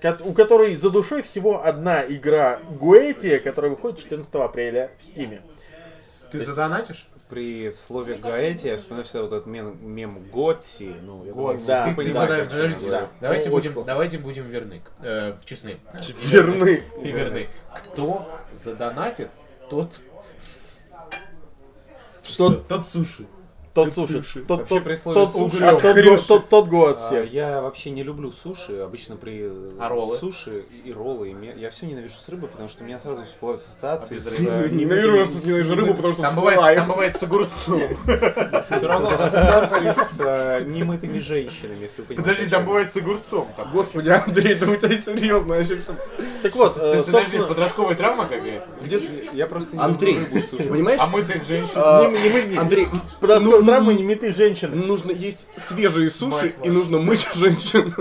кот- у которой за душой всего одна игра Гуэти, которая выходит 14 апреля в Стиме. Ты задонатишь? При слове Гаэти я вспоминаю всегда вот этот мем, мем Готси. Ну, я думаю, Готси. Да, ты ты понимаешь, задай- о чем я Подожди, говорю. давайте Ну, очень будем, плохо. давайте будем верны, к- э, честны. Верны. И верны. Кто задонатит, тот... Тот, Тот суши. тот суши, тот, Вообще тот, при слове тот, суши а тот, го- хрюши. тот, тот А, Гуэти. Я вообще не люблю суши. Обычно при э, А роллы? суши и и роллы. и ме- Я все ненавижу с рыбой, потому что у меня сразу всплывают ассоциации. А без с, рыбы? э, Не наверное, не вижу рыбу, потому что Там бывает, там всплываем. бывает с огурцом. Все равно ассоциации с э, немытыми женщинами, если вы понимаете. Подожди, о там чем бывает с огурцом. Там. Господи, Андрей, да у тебя серьезно, вообще всё. Так вот, э, Ты- ты Подожди, собственно- подростковая травма какая-то? я. Я просто не Андрей, люблю рыбу и суши. понимаешь? А мы так женщин. Не- а, не мы- Андрей, Подростковые ну, травмы ну, не митые женщины. Нужно есть свежие суши Мать и вашу. нужно мыть женщин.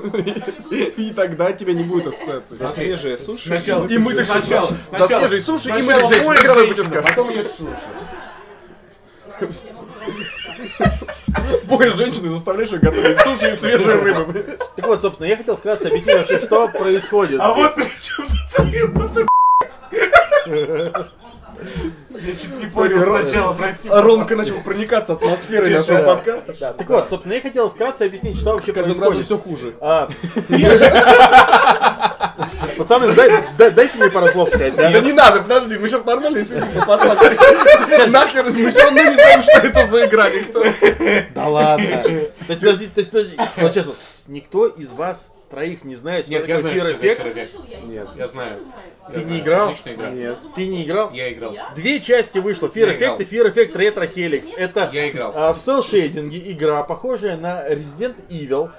И тогда тебя не будет ассоциации. За свежие суши. Сначала И мы сначала, сначала. За сначала- свежие суши и мы сначала женщин. моешь Игровой женщину, батискаф. Потом ешь суши. Более женщины заставляешь ее готовить суши и свежие рыбы. Так вот, собственно, я хотел вкратце объяснить вообще, что происходит. А вот при чем тут рыба, ты, блядь? Я чуть не понял Ром- сначала, прости. А Ромка начал проникаться атмосферой нашего Да. подкаста. Да, так вот, собственно, я хотел вкратце объяснить, что вообще С каждым разом происходит. все хуже. А, Пацаны, дай- дай- дайте мне пару слов сказать, а? Да не надо, подожди, мы сейчас нормально сидим, пацаны. Нахер, мы все равно не знаем, что это за игра, никто. Да ладно. То есть, подожди, то есть, подожди. Вот честно, никто из вас троих не знает, что Нет, я такое знаю, что Fear это за Effect. эффект. Нет. Я знаю. Я Ты не знаю. играл? Отличная игра. Ты не играл? Я играл. Две части вышло. Fear Я играл. Effect и Fear Effect Retro Helix. Это Я играл. а, в селшейдинге игра, похожая на Resident Evil.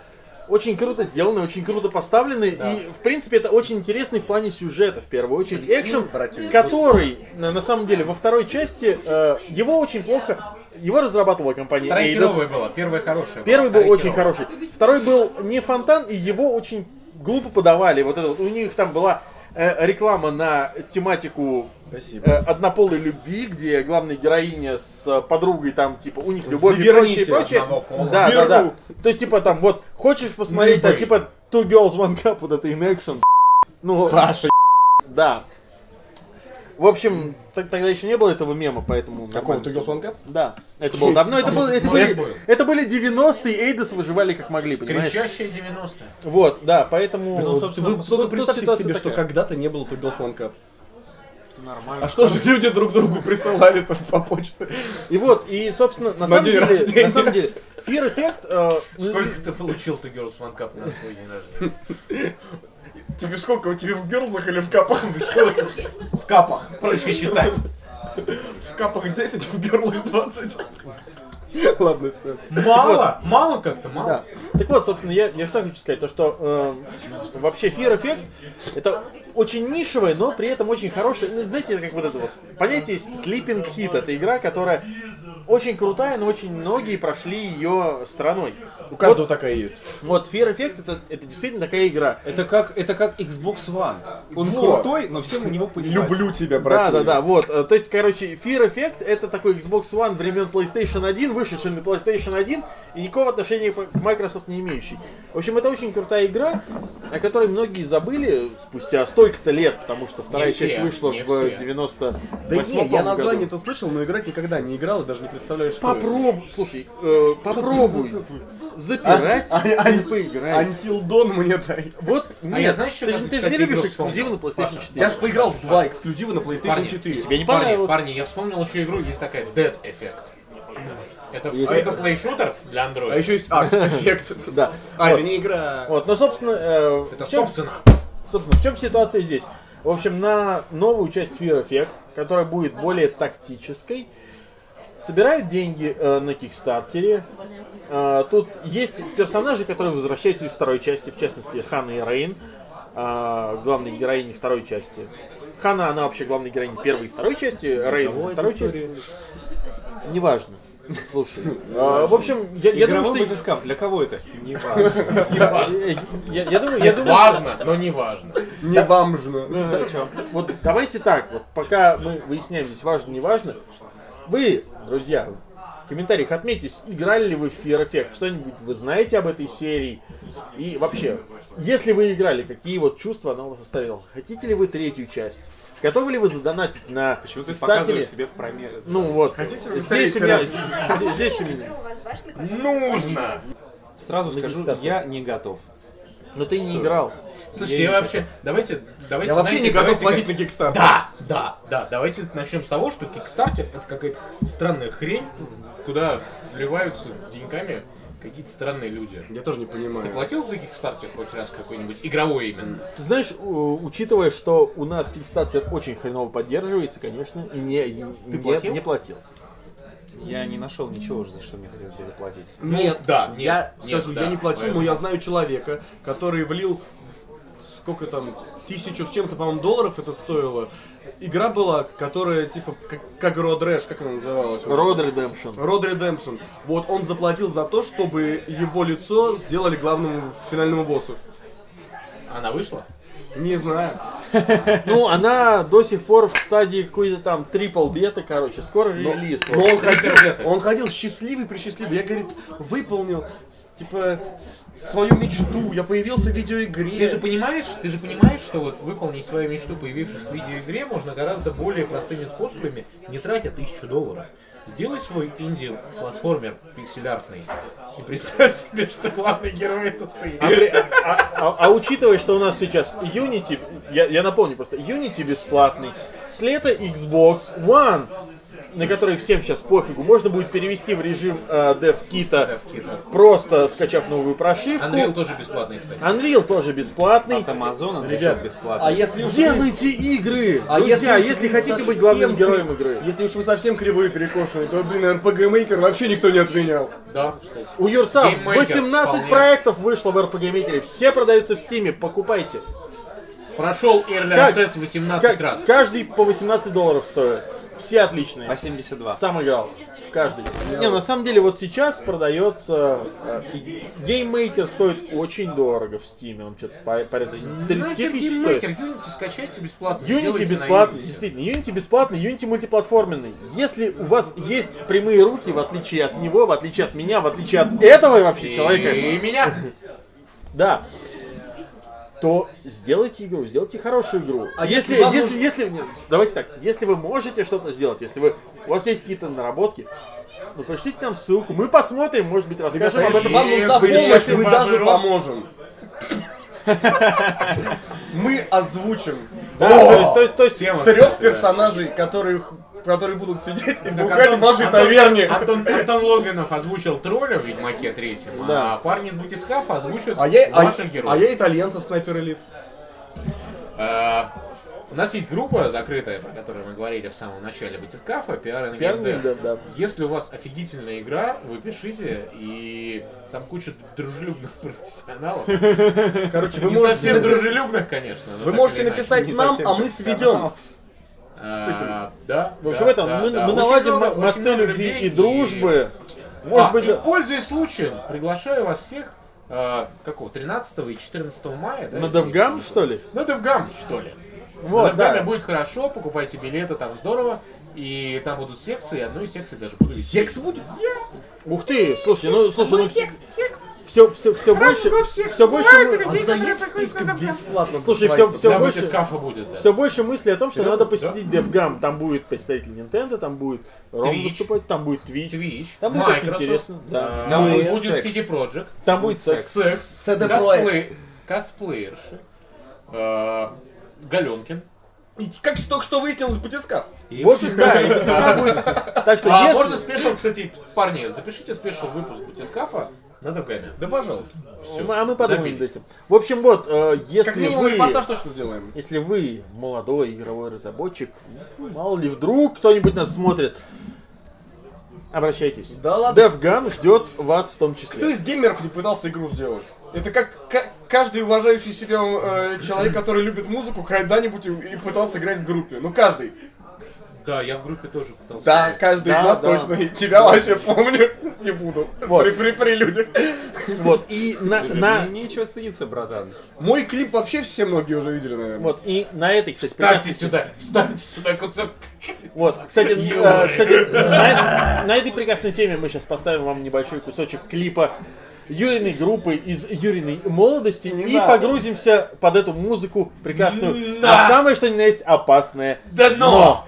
Очень круто сделанная, очень круто поставленная. И, в принципе, это очень интересный в плане сюжета, в первую очередь. Экшен, который, на, на самом деле, во второй части, э, его очень плохо... Его разрабатывала компания Вторая Eidos. херовая была, первая хорошая. Первый была, был вторая очень херовая. хороший. Второй был не фонтан, и его очень глупо подавали. Вот это вот. У них там была э, реклама на тематику э, Спасибо. однополой любви, где главная героиня с э, подругой там, типа, у них любовь и прочее, Заверните и прочее. одного пола. Да, да, Беру. да. То есть, типа, там, вот, хочешь посмотреть, Ну и а, бей. типа, Two Girls One Cup, вот это in action. Ну, Паша, да. В общем, т- тогда еще не было этого мема, поэтому... какого нормально ты всё. Госванка? Да, это было давно, это, было, это, Ну, были, это было. это были 90-е, Эйдос выживали как могли, понимаешь? Кричащие 90-е. Вот, да, поэтому... Вы Ну, собственно, вы тут- только тут представьте ситуация себе, что такая. когда-то не было Two Girls One Cup. Нормально. А что же люди друг другу присылали-то по почте? И вот, и, собственно, на, На самом день деле, рождения. на самом деле, Fear Effect... э, ну, Сколько ты получил ты Girls One Cup на свой день рождения? Тебе сколько? Тебе в герлзах или в капах? В капах, проще считать. В капах 10, в герлах 20. Ладно, все. Мало, мало как-то, мало. Да. Так вот, собственно, я, я что хочу сказать, то что э, вообще Fear Effect это очень нишевое, но при этом очень хорошее. Ну, знаете, как вот это вот понятие Sleeping Hit, это игра, которая очень крутая, но очень многие прошли ее стороной. У каждого такая есть. Вот Fear Effect это, это действительно такая игра. Это как, это как Xbox One. Он Во. крутой, но всем на него поебать. Люблю тебя, Да, братан. да, да, вот. э, То есть, короче, Fear Effect это такой Xbox One времен PlayStation 1, вышедший на PlayStation 1 и никакого отношения к Microsoft не имеющий. В общем, это очень крутая игра, о которой многие забыли спустя столько-то лет, потому что вторая Не все, часть вышла не в все. 98 Да не, я название название-то слышал, но играть никогда не играл и даже не представляю, что Попробуй, слушай, э, попробуй запирать А- а- а- и поиграть. Антил Дон мне дай. Вот, нет, я знаешь, что ты, как же- ты, ты же кстати, не любишь игру эксклюзивы на вспомнил? PlayStation Паша, 4. Я же поиграл в два эксклюзива на PlayStation Парни, 4. Тебе не Парни, понравилось? парни, я вспомнил еще игру, есть такая Dead Effect. Это, Есть это такая. плей-шутер для А Android. еще есть Аркс Эффект. Да. А, Вот. это не игра. Вот, но, собственно, э, Это в чём- стоп цена. Собственно, в чем ситуация здесь? В общем, на новую часть Fear Effect, которая будет более тактической, собирают деньги э, на Кикстартере. Э, тут есть персонажи, которые возвращаются из второй части, в частности, Хана и Рейн, э, главные героини второй части. Хана, она вообще главная героиня первой и второй части, Рейн во второй части. Неважно. Слушай, э, в общем, я, я думаю, Игровой что... батискаф, для кого это? Не важно. Я, я- я думаю, я думаю, что- Важно, но не важно. Не вам же. ну. Вот давайте так, вот пока мы выясняем здесь важно, не важно, вы, друзья, в комментариях отметьтесь, играли ли вы в Fear Effect, что-нибудь вы знаете об этой серии, и вообще, если вы играли, какие вот чувства она у вас оставила, хотите ли вы третью часть, готовы ли вы задонатить на Почему ты Kickstarter'е? показываешь себе в примере? Ну вот, Хотите вы здесь у третий меня, раз? здесь, здесь у меня. у вас башня квадратная? Нужно. Сразу на скажу, Kickstarter. я не готов. Но ты не играл. Слушайте, я вообще, давайте, давайте, Я вообще знаете, не готов давайте платить как- на Kickstarter. Да, да, да. Давайте начнем с того, что Kickstarter это какая-то странная хрень, куда вливаются деньгами какие-то странные люди. Я тоже не Ты понимаю. платил за Kickstarter хоть раз какой-нибудь игровой именно? Ты знаешь, у- учитывая, что у нас Kickstarter очень хреново поддерживается, конечно, и не, и не- платил? не платил. Я не нашел ничего, за что мне хотелось бы заплатить. Нет, да, нет, я нет, Ну, скажу, да, я не платил, но поэтому. я знаю человека, который влил сколько там, тысячу с чем-то, по-моему, долларов это стоило. Игра была, которая типа как, как Road Rash, как она называлась? Road Redemption. Road Redemption. Вот он заплатил за то, чтобы его лицо сделали главному финальному боссу. Она вышла? Не знаю. Ну, она до сих пор в стадии какой-то там трипл бета, короче, скоро релиз. Но Ну, он ходил, Интернеты. он ходил счастливый, причастливый. Я, говорит, выполнил, с- типа, с- свою мечту. Я появился в видеоигре. Ты же понимаешь, ты же понимаешь, что вот выполнить свою мечту, появившись в видеоигре, можно гораздо более простыми способами, не тратя тысячу долларов. Сделай свой инди-платформер пиксель-артный. И представь себе, что главный герой это ты. А, при- а- а- а учитывая, что у нас сейчас Unity, я, я напомню просто, Unity бесплатный, с лета Xbox One, на который всем сейчас пофигу, можно будет перевести в режим э, DevKit, DevKit. просто скачав новую прошивку. Unreal тоже бесплатный, кстати. Unreal тоже бесплатный. От Амазона ребят бесплатно. А если уж вы- Делайте игры! а друзья, уж если, вы хотите совсем быть главным кри- героем игры. Если уж вы совсем кривые перекошенные, то, блин, RPG Maker вообще никто не отменял. Да, кстати. У Юрца Game Maker 18 вполне. проектов вышло в RPG Maker, все продаются в Стиме, покупайте. Прошел Early Как- Access 18 Ка- раз. Каждый по 18 долларов стоит. Все отличные. По 72. Сам играл. Каждый. Не, на самом деле, вот сейчас продается... э, и- Гейммейкер стоит очень дорого в Стиме. Он что-то порядка 30 Нахер тысяч Ну, гейммейкер, стоит. Unity скачайте бесплатно. Unity сделайте на бесплатный, Unity. действительно, Unity бесплатный, Unity мультиплатформенный. Если у вас есть прямые руки, в отличие от него, в отличие от меня, в отличие от этого вообще человека, И меня. да, то сделайте игру, сделайте хорошую игру. А если, если вам если, нужно- если, нет, давайте так, если вы можете что-то сделать, если вы, у вас есть какие-то наработки, ну, пришлите нам ссылку, мы посмотрим, может быть, расскажем об этом. Вам Если нужна вы- помощь, если мы вам даже рот- поможем. Мы озвучим Да, то есть- то есть- то есть- Тема, трех кстати, да. персонажей, которых которые будут сидеть и Так бухать в Антон- вашей Ну, Антон- таверне. Антон, Антон Логвинов озвучил тролля в Ведьмаке третьем, Да. а парни из Батискафа озвучат А я, а, ваших а героев. я итальянцев снайпер элит. Э, У нас есть группа закрытая, про которую мы говорили в самом начале Батискафа, PR and Game Пиар- Dev. да, да. Если у вас офигительная игра, вы пишите, и там куча дружелюбных профессионалов. Короче, вы Не можете, совсем напи- дружелюбных, конечно. но вы так можете или иначе. написать не нам, совсем а мы сведем. А, Да. В общем, да, это, да, мы, да. мы Очень наладим много- мо- очень мосты много любви людей, и дружбы. Может А, быть, и да. пользуясь случаем, приглашаю вас всех э, какого 13 и 14 мая, да? на если Девгам, не что ли? На Девгам, что ли? Вот, на Девгаме да. будет хорошо, покупайте билеты, там здорово. И там будут секции, одну из секций даже буду вести. Секс будет? Ух ты, слушай, ну слушай, ну секс, секс. все, все, все больше, Хорошо, секс. все больше, Бывает мы- или- А Людей, туда которые есть заходят списки на Донбасс. бесплатно. Слушай, бывает. всё Там больше- будет скафа будет, да. все больше мыслей о том, что Серьёзно? надо посетить DevGam. Там будет представитель Nintendo, там будет Ром Twitch. выступать, там будет Twitch, Twitch, Там будет очень Microsoft, интересно, да. э, Там будет будет секс. CD Projekt, там будет секс. секс. секс, CD косплей, косплеерши, э, Галенкин. И как только что выяснилось, батискаф. Вот и да, и Батискаф будет. Так что А если- можно спешл, кстати, парни, запишите спешл выпуск Бутискафа на Довгаме. Да пожалуйста. Всё, а мы подумаем над забились. этим. В общем, вот, э, Как если минимум вы... репортаж точно сделаем. Если вы молодой игровой разработчик, ну, мало ли вдруг кто-нибудь нас смотрит, обращайтесь. Да ладно. DevGam ждет вас в том числе. Кто из геймеров не пытался игру сделать? Это как ка- каждый уважающий себя э, человек, который любит музыку, когда-нибудь и, и пытался играть в группе. Ну каждый. Да, я в группе тоже пытался. Да, каждый Да, из нас да. точно. И тебя вообще помню. Не буду. Вот. При, при- при людях. Вот, и на, на- Не- Нечего стыдиться, братан. Мой клип вообще все многие уже видели, наверное. вот, и на этой, кстати, Ставьте прекрасной- сюда, ставьте сюда кусок. Вот, кстати, э, кстати, на, э- на этой прекрасной теме мы сейчас поставим вам небольшой кусочек клипа Юриной группы из Юриной молодости Не и надо. погрузимся под эту музыку прекрасную. А самое что ни на есть опасное. Да но!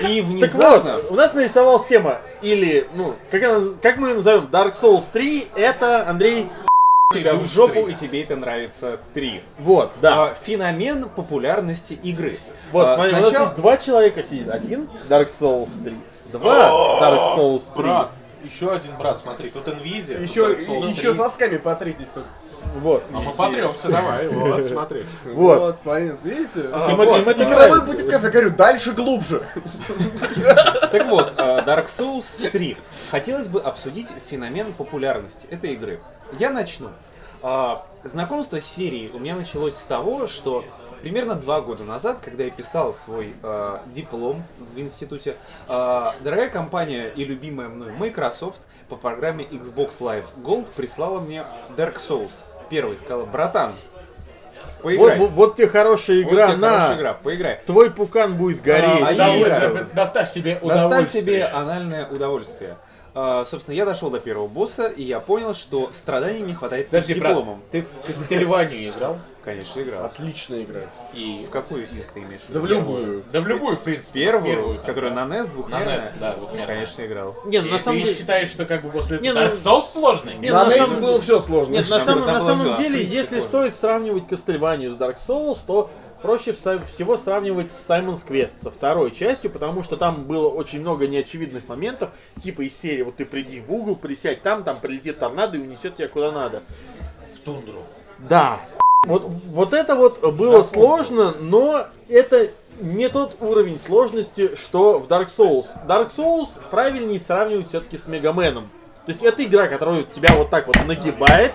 И Так внезапно... вот, у нас нарисовалась тема, или, ну, как, она- как мы ее назовем, Dark Souls 3, это, Андрей, тебя в жопу, и тебе это нравится. Три. вот, да. А, Феномен популярности игры. вот, А, смотри, у сначала- нас здесь два человека сидит, один Dark Souls 3, два Dark Souls 3, Брат, еще один брат, смотри, тут Nvidia. Еще, тут Dark Souls еще 3. сосками потритесь тут. вот. А мы потремся, давай, вот, смотри. Вот. понятно. Видите? Им это- им это Игровой нравится. будет кафе, я говорю, дальше глубже. Так вот, э, Dark Souls 3. Хотелось бы обсудить феномен популярности этой игры. Я начну. А, Знакомство с серией у меня началось с того, что примерно два года назад, когда я писал свой э, диплом в институте, э, дорогая компания и любимая мной Microsoft по программе Xbox Live Gold прислала мне Dark Souls. Первый сказала, братан, Вот, поиграй. вот- вот тебе хорошая Вот игра, тебе на, хорошая игра, поиграй. твой пукан будет гореть. А, а я Удовольствие, играю. Доставь себе удовольствие. а. Доставь себе анальное удовольствие. А, собственно, я дошел до первого босса, и я понял, что страданий не хватает с дипломом. ты в Кастельванию играл? Конечно, играл. Отличная игра. И... В какую из ты имеешь? в Да в виду? любую. Да в любую, в принципе. Первую, там, которая да. на NES На двухмерная? NES, да, вот Конечно, играл. Не, ну, на самом ты деле... считаешь, что как бы после Не, этого ну- Dark Souls сложный? Не, на на NES самом было все сложно. Нет, на, Там самом, было- там на было самом всё, в деле, принципе, если сложно. стоит сравнивать Кастельванию с Dark Souls, то проще вса- всего сравнивать с Simon's Quest со второй частью, потому что там было очень много неочевидных моментов, типа из серии вот ты приди в угол, присядь там, там прилетит торнадо и унесет тебя куда надо. В тундру. Да. Вот, вот это вот было сложно, но это не тот уровень сложности, что в Dark Souls. Dark Souls правильнее сравнивать все-таки с Мегаменом. То есть это игра, которая тебя вот так вот нагибает,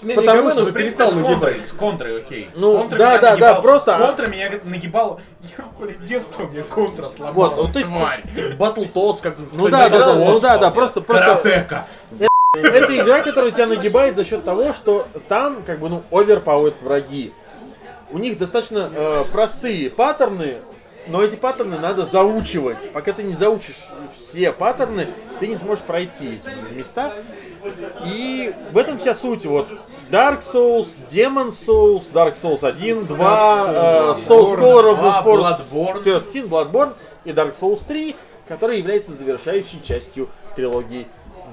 Потому Мегамен что, уже в перестал с контрой, нагибать. с контрой, окей. Ну, Контра да, меня да, нагибала. да, просто- Контра меня нагибала. Я, блин, детство мне контра сломала. Вот, вот ты- Тварь. Батл Тотс, как Ну да, да, да, ну да, да, просто, просто Каратека. это игра, которая тебя нагибает за счет того, что там как бы ну оверпауэт враги. У них достаточно э, простые паттерны, но эти паттерны надо заучивать. Пока ты не заучишь все паттерны, ты не сможешь пройти эти места. И в этом вся суть. Вот Dark Souls, Demon Souls, Dark Souls 1, 2, э, Souls Calling, Bloodborne, Blood Force, Bloodborne. First Sin, Bloodborne и Dark Souls 3, которая является завершающей частью трилогии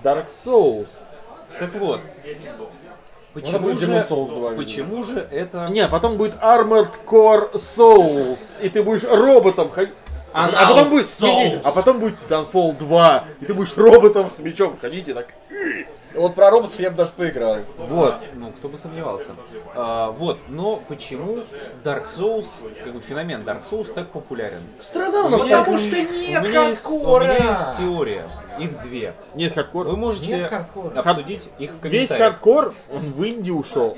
Dark Souls. Так вот. Почему будет же, Demon's Souls 2, видимо. почему же это... Не, потом будет Armored Core Souls, и ты будешь роботом ходить. А, а потом Anal будет, не, не, Souls. а потом будет Titanfall 2, и ты будешь роботом с мечом ходить и так. Вот про роботов я бы даже поиграл. Вот, ну кто бы сомневался. А, вот, но почему Dark Souls, как бы феномен Dark Souls так популярен? Страна у нас нас потому что у, меня есть, у меня есть теория, их две. Нет, хардкор. Вы можете Нет хардкора. обсудить их в Весь комментариях. хардкор, он в инди ушел.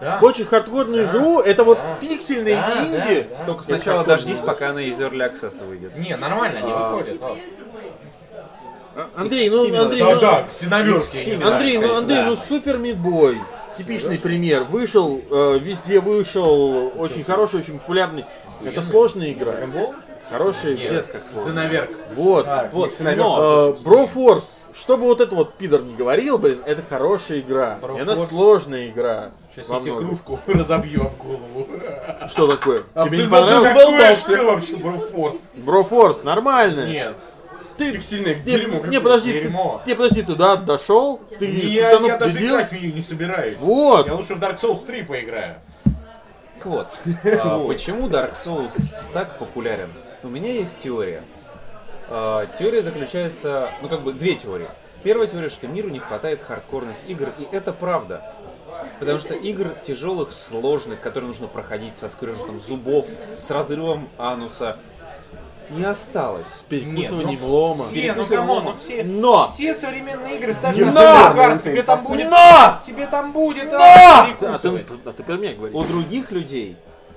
Да. Хочешь хардкорную Да, игру, это вот да, пиксельные да, инди. да, да. Только сначала хардкор. дождись, пока она из Early Access выйдет. Не, нормально, не А. выходит. о. Андрей, ну, Стиме Андрей, надо. ну, И ксеноверки. в Steam, да. Андрей, ну скорее Андрей, всего, ну да. супер мидбой. Типичный пример. Вышел, э, везде вышел, очень хороший, очень популярный. Это сложная игра. Хорошая игра. Пиздец, как сложно. Ксеноверк. Вот. А, Вот, Э, но... Брофорс, что бы вот этот вот пидор не говорил, блин, это хорошая игра. И она Broforce. сложная игра. Сейчас во я тебе многом. кружку А, разобью об голову. Что такое? Тебе не ты- ну, ты понравилось? Задолбался. Что вообще, Брофорс? Брофорс, нормально. Нет. Ты, Пиксельное не, дерьмо. не, подожди, ты, Дерьмо. не, подожди, ты да, дошел, ты Не, Я, сатану я даже победил. играть в нее не собираюсь. Вот. Я лучше в Dark Souls 3 поиграю. Так Вот. А, Почему Dark Souls так популярен? У меня есть теория. А, Теория заключается, ну как бы две теории. Первая теория, что миру не хватает хардкорных игр, и это правда. Потому что игр тяжелых, сложных, которые нужно проходить со скрежетом зубов, с разрывом ануса, не осталось. перекусыванием Нет, ну лома. все, Все, ну перекусыванием камон, лома. ну все, Но! все современные игры ставь Не на но! Стэндергард, тебе там Не будет, тебе там будет, а, А, ты, перекусывать. а ты про меня говоришь. у других людей,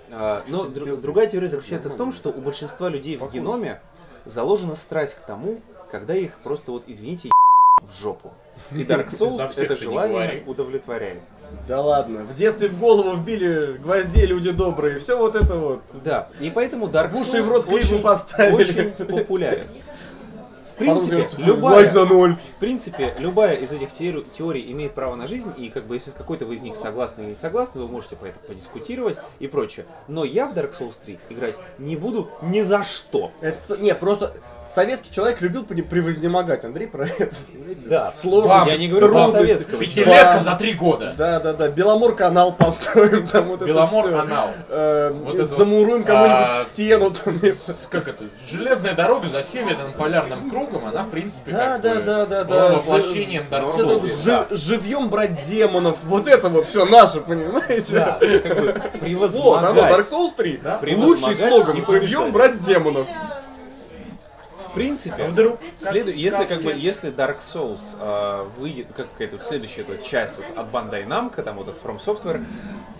а, но дру- другая теория заключается в том, что у большинства людей в геноме заложена страсть к тому, когда их просто вот, извините, е- в жопу. И Dark За Souls всех это ты не желание говори. удовлетворяет. Да ладно, в детстве в голову вбили гвоздей люди добрые, все вот это вот. Да, и поэтому Dark В уши и Souls в рот клипы очень, поставили. очень популярен. В принципе, говорят, любая, ноль. в принципе, любая из этих теор- теорий имеет право на жизнь, и как бы если с какой-то вы из них согласны или не согласны, вы можете по этому подискутировать и прочее. Но я в Dark Souls 3 играть не буду ни за что. Это, не, просто советский человек любил при- превознемогать. Андрей про это, понимаете? Да. Сложно. Я не говорю про трудности. советского человека. Пятилетка за три года. Да, да, да. Беломор канал построим, там вот Беломор это всё. канал. Э, Эм, Вот это замуруем кому-нибудь А, в стену. там, это. С- Как это? Железная дорога за северным полярным кругом, она в принципе Да, как да, бы да, да, была да. воплощением Dark Вот это вот Souls. жи- Живьем брать демонов, вот это вот все наше, понимаете? Да, как бы Вот, оно, Dark превозмогать. Souls 3, да? Лучший Превозмогать и слоган, побеждать. живьем брать демонов. В принципе, Вдруг, следу- как в если как бы сказке. если Dark Souls а, выйдет, как какая-то вот следующая эта часть вот, от Bandai Namco, там вот от From Software,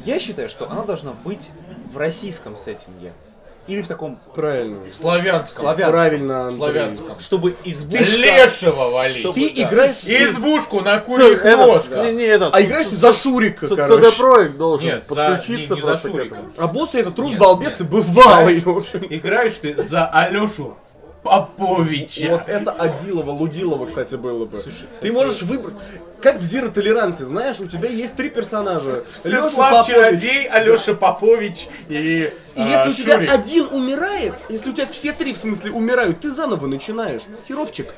я считаю, что она должна быть в российском сеттинге или в таком Правильно. В славянском. славянском, Правильно, В Андрей. славянском. чтобы избу Ты лешего вали. чтобы- Ты да. играешь... Избушку на Слушай, курьих этот- ножках. не, не, этот. А играешь ты за Шурика, CD короче. Projekt должен Нет, за- подключиться не- не за просто к Шурика. этому. А боссы это трус, Нет, балбес и бывалый, в общем. Играешь ты за Алешу Поповича. Вот это Адилова, Лудилова, кстати, было бы. Слушай, кстати, ты можешь выбрать, как в Зиро Толерансе, знаешь, у тебя есть три персонажа. Лёша Слав Попович. Чародей, Алеша Попович и, И а, если у тебя Шурик. один умирает, если у тебя все три, в смысле, умирают, ты заново начинаешь. Херовчик.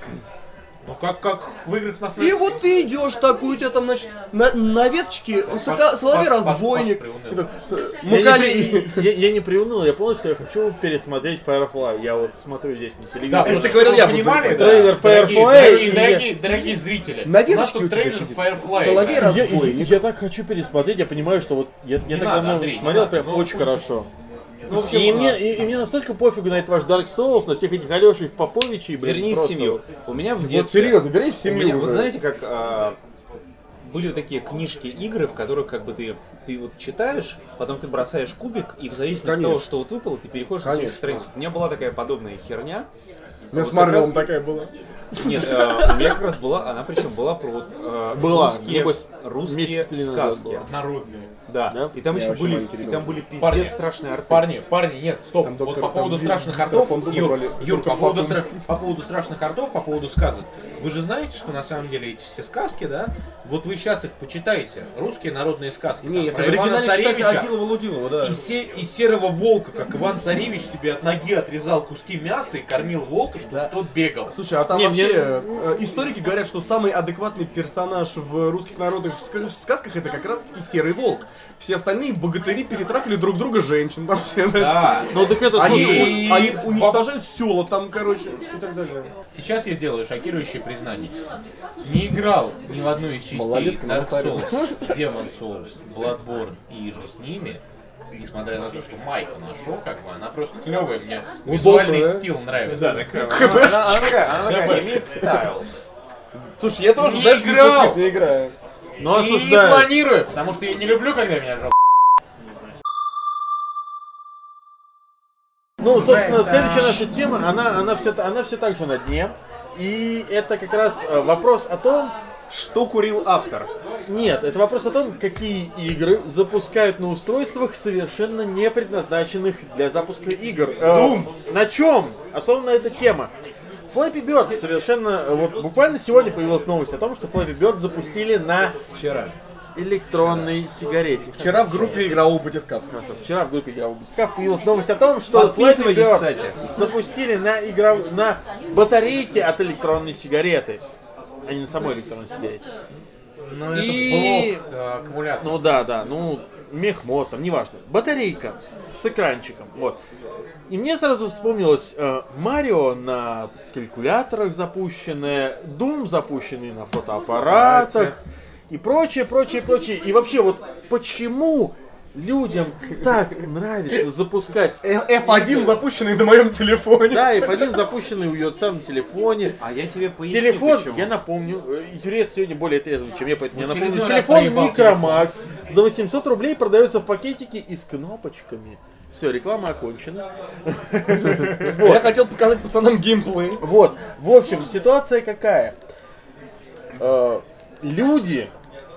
Ну как, как в играх на И SNES. вот ты идешь такой, у тебя там, значит, на, на веточке сока- соловей-разбойник. Паш- Паш приуныл. Этот, э, я не Макалей. при- Я я не приуныл, я понял, что я хочу пересмотреть Firefly. Я вот смотрю здесь на Да, телевизоре. это говорил говорил я, я, понимали? буду Трейлер да, дорогие- Firefly Дорогие, или- дорогие, дорогие зрители, На у нас веточке у тут тебя трейлер сидит Firefly. соловей да. Я- Я, разбойник. я так хочу пересмотреть, я понимаю, что вот я, я Не так надо, давно Андрей, не не смотрел, надо. прям Ну, очень хорошо. Ну, всем И у мне, нас. и, и мне настолько пофигу на этот ваш Dark Souls, на всех этих Алешей в Поповиче и, блин, Вернись в просто семью. вот. У меня в детстве... Вот серьезно, вернись в У меня, семью вот уже. знаете, как а, были вот такие книжки, игры, в которых как бы ты, ты вот читаешь, потом ты бросаешь кубик, и в зависимости Конечно. от того, что вот выпало, ты переходишь на следующую Конечно. страницу. У меня была такая подобная херня. У Вот меня с как Марвелом раз- такая была. Нет, э, у меня как раз была, она причем была про вот, э, Была, русские, небось, русские месяца три назад сказки. была. Народные. Да. Да? И там Я еще очень были, маленький и ребенок. там были пиздец Парни, страшные арты. Парни, парни, нет, стоп. Там вот доктор- по поводу там страшных Вин- артов, Доктор Фандума Юр, звали, Юр, доктор по, поводу Фандума. стра- по поводу страшных артов, по поводу сказок. Вы же знаете, что на самом деле эти все сказки, да? Вот вы сейчас их почитаете. Русские народные сказки. Не, там, если про в оригинале Ивана читать Царевича, Адилова-Лудилова, да. и, се- и серого волка, как Иван Царевич себе от ноги отрезал куски мяса и кормил волка, чтобы Да. тот бегал. Слушай, а там Не, вообще мне- э, историки говорят, что самый адекватный персонаж в русских народных ска- сказках это как раз таки серый волк. Все остальные богатыри перетрахали друг друга женщин. Там все, значит. Да. Ну так это, Они, слушай, И- они уничтожают села там, короче, и так далее. Сейчас я сделаю шокирующее признание. Не играл ни в одну из частей Малолетка, Dark малосарен. Souls, Demon Souls, Bloodborne и же с ними. Несмотря на то, что майку нашел, как бы, она просто клевая, мне визуальный добрая. стил нравится. Она, она такая, она такая, имеет стайл. Слушай, я тоже Не даже играл! не играю. ну и не осуждаю. планирую, потому что я не люблю, когда меня жопа. Ну, собственно, следующая наша тема, она, она, все, она все так же на дне. И это как раз э, вопрос о том, Что курил автор? Нет, это вопрос о том, какие игры запускают на устройствах, совершенно не предназначенных для запуска игр. Э, на чем? Особенно эта тема. Flappy Bird совершенно... э, Вот буквально сегодня появилась новость о том, что Flappy Bird запустили на Вчера. электронной сигарете. Вчера, Вчера в группе игрового батискаф. вчера в группе «Я Убытискав» появилась новость о том, что Flappy Подписывайтесь, Bird кстати. запустили на, игра... на батарейке от электронной сигареты. А не на самой электронной сигарете. Ну, И- это блок, э, аккумулятор. Ну да, да, ну мехмот, там неважно. Батарейка с экранчиком, вот. И мне сразу вспомнилось э, Марио на калькуляторах запущенное, Doom запущенный на фотоаппаратах и прочее, прочее, прочее. И вообще вот почему людям так нравится запускать F1 Э, запущенный на моем телефоне. да, F1 запущенный у Йоца на телефоне. А я тебе поясню, Телефон, почему. я напомню, э, Юрец сегодня более трезвый, чем я, поэтому я В очередной напомню. раз Телефон проебал Микромакс за 800 рублей продается в пакетике и с кнопочками. Все, реклама окончена. Я хотел показать пацанам геймплей. Вот, в общем, ситуация какая. Э, Люди,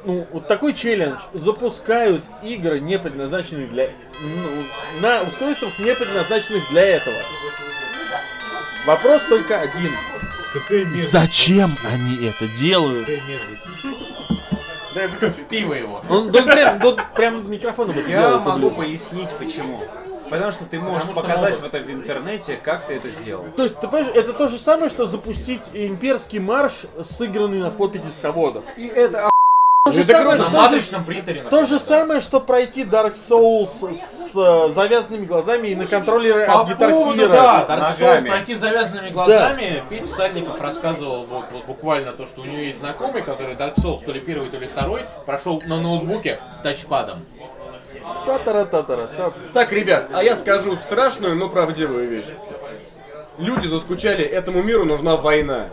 ну, вот такой челлендж, запускают игры, не предназначенные для... ну, на устройствах, не предназначенных для этого. Вопрос только один. Зачем они это делают? Дай в пиво его. Он, да он прям, да он прям микрофон об этом Я делал, это могу блюдо. пояснить почему. Потому что ты можешь Потому что показать в могут. этом в интернете, как ты это сделал. То есть, ты понимаешь, это то же самое, что запустить имперский марш, сыгранный на флопе дисководов. И это То же, Это самое, На то, же, маточном принтере. Ну, то находится. же самое, что пройти Dark Souls с э, завязанными глазами и на контроллере По от Guitar поводу, Hero. да, Dark Souls Ногами. пройти с завязанными глазами. Петя Сальников рассказывал вот, вот буквально то, что у нее есть знакомый, который Dark Souls то ли первый, то ли второй, прошел на ноутбуке с тачпадом. Та-та-ра-та-та-ра-та. Так, ребят, а я скажу страшную, но правдивую вещь. Люди заскучали, этому миру нужна война.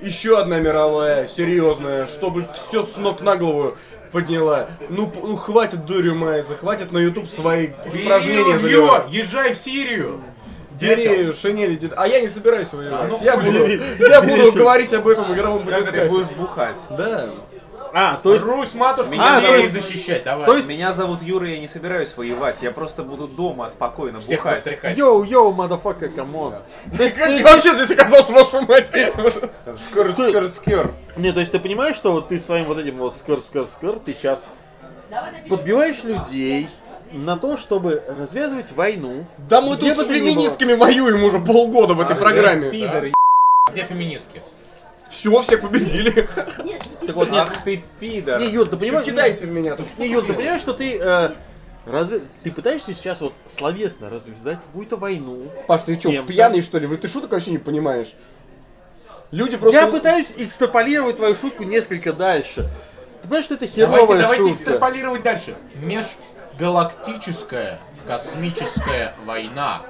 Еще одна мировая, серьезная, чтобы все с ног на голову подняла. Ну, п- ну хватит дурью маяться, хватит на YouTube свои упражнения Бери ружьё, заливать. езжай в Сирию! Детям. Бери шинели, дед- а я не собираюсь А ну воевать. я, хули. буду, я буду говорить об этом в игровом Как ты батискафе. будешь бухать? Да. А, то есть... Русь, матушка, Меня а, зовут- защищать, давай. То есть- Меня зовут Юра, я не собираюсь воевать, я просто буду дома спокойно всех бухать. подстрекать. Йоу-йоу, мадафака, камон. То есть Как ты- я вообще здесь оказался, вашу мать? Там, Скоро, Ты- скоро, скоро. Не, то есть ты понимаешь, что вот ты своим вот этим вот скор-скор-скор, ты сейчас подбиваешь людей на то, чтобы развязывать войну. Да мы Где тут с бы ты ни феминистками воюем уже полгода в этой программе. Пидор, е- Где феминистки? Все, все победили. Так вот, нет. ах ты пидор. Не, Юль, ты понимаешь? Кидайся в меня. ты что Не, Юль, ты делаешь? понимаешь, что ты... э, разве- Ты пытаешься сейчас вот словесно развязать какую-то войну. Паш, ты с что, кем-то. пьяный что ли? Вы- Ты шуток вообще не понимаешь? Люди просто... Я пытаюсь экстраполировать твою шутку несколько дальше. Ты понимаешь, что это херовая Давайте, давайте шутка? экстраполировать дальше. Межгалактическая космическая война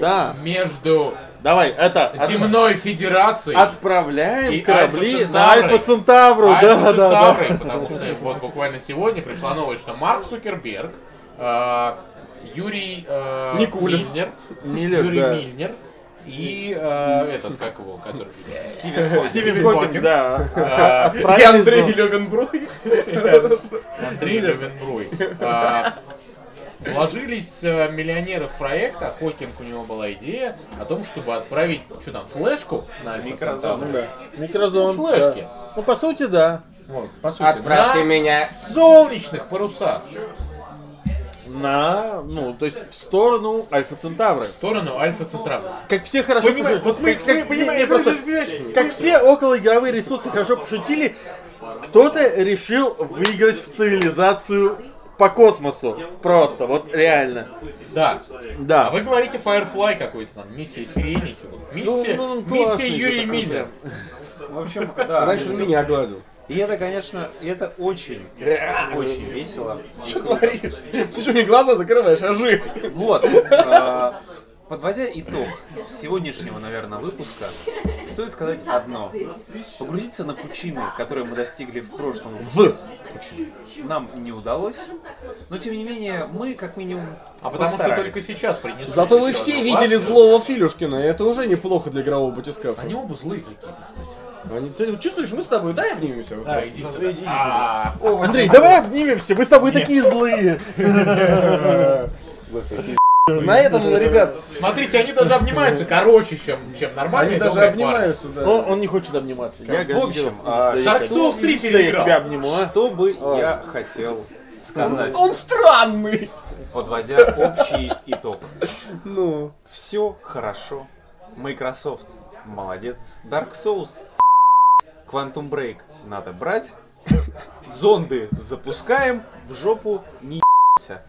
Да, между давай, это... от- Земной Федерацией Отправляем И корабли Альфа Центавры. на Альфа Центавру, Альфа да, да, Центавры, да. потому что вот буквально сегодня пришла новость, что Марк Сукерберг, э, Юрий э, Никулин. Мильнер, Миллер, Юрий да. Мильнер и э, этот, как его, который... Стивен Хокинг. Стивен Хокинг, да. Э, И Отправили Андрей за- Лёгенброй. Андрей Левенбруй. а, Вложились э, миллионеры в проект, а Хокинг у него была идея о том, чтобы отправить, что там, флешку на Микрозону, микрозону. Микрозон. Флешки. да. Ну, по сути, да. по сути, Отправьте на меня. солнечных парусах На, ну, то есть в сторону Альфа Центавры. в сторону Альфа Центравра. Как все хорошо Понимаю, пошутили- вот мы, как- мы как- не- понимаем, не, мы просто- же, понимаешь, Как все околоигровые ресурсы хорошо пошутили, кто-то решил выиграть в цивилизацию по космосу. Просто, вот реально. Да. А Да. вы говорите Firefly какой-то там, миссия Сиренити. вот, Миссия, ну, он классный миссия же Юрий такой Миллер. В общем, да. Раньше он меня гладил. И это, конечно, и это очень, очень весело. Творишь. Ты что, мне глаза закрываешь, а жив? Вот. э, Подводя итог сегодняшнего, наверное, выпуска, стоит сказать одно. Погрузиться на пучины, которые мы достигли в прошлом В. нам не удалось. Но, тем не менее, мы, как минимум, А потому что постарались. только сейчас принесли. Зато вы еще все одну видели классную. злого Филюшкина, и это уже неплохо для игрового батискафа. Они оба злые какие-то, кстати. Они- Ты вот чувствуешь, мы с тобой, дай обнимемся. вот Да, просто. иди сюда. А, Андрей, давай обнимемся, мы с тобой такие злые. На этом, ребят, Смотрите, они даже обнимаются короче, чем, чем нормальные они даже добрые обнимаются, Он, да. он не хочет обниматься. Как в общем, гарантированно а, не Dark даю. Souls 3 Лично я переиграл. тебя обниму, а? Что бы Ладно. я хотел сказать, Он странный. подводя общий итог. Ну. Все хорошо. Microsoft молодец. Dark Souls Quantum Break надо брать. Зонды запускаем, в жопу не ебемся.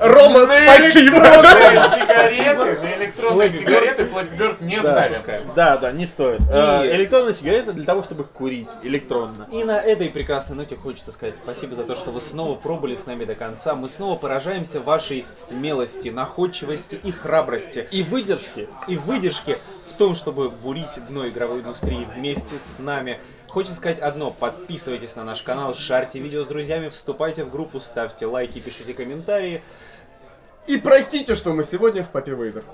Рома, спасибо. парни. Ну, Сигареты, на электронные Флэппи сигареты Флэппи не ставим. Запускаем. Да, да, не стоит. И- Э, электронная сигарета для того, чтобы их курить электронно. И на этой прекрасной ноте хочется сказать спасибо за то, что вы снова пробыли с нами до конца. Мы снова поражаемся вашей смелости, находчивости и храбрости. И выдержки. и выдержки в том, чтобы бурить дно игровой индустрии вместе с нами. Хочется сказать одно, подписывайтесь на наш канал, шарьте видео с друзьями, вступайте в группу, ставьте лайки, пишите комментарии. И простите, что мы сегодня в Папе Вейдер.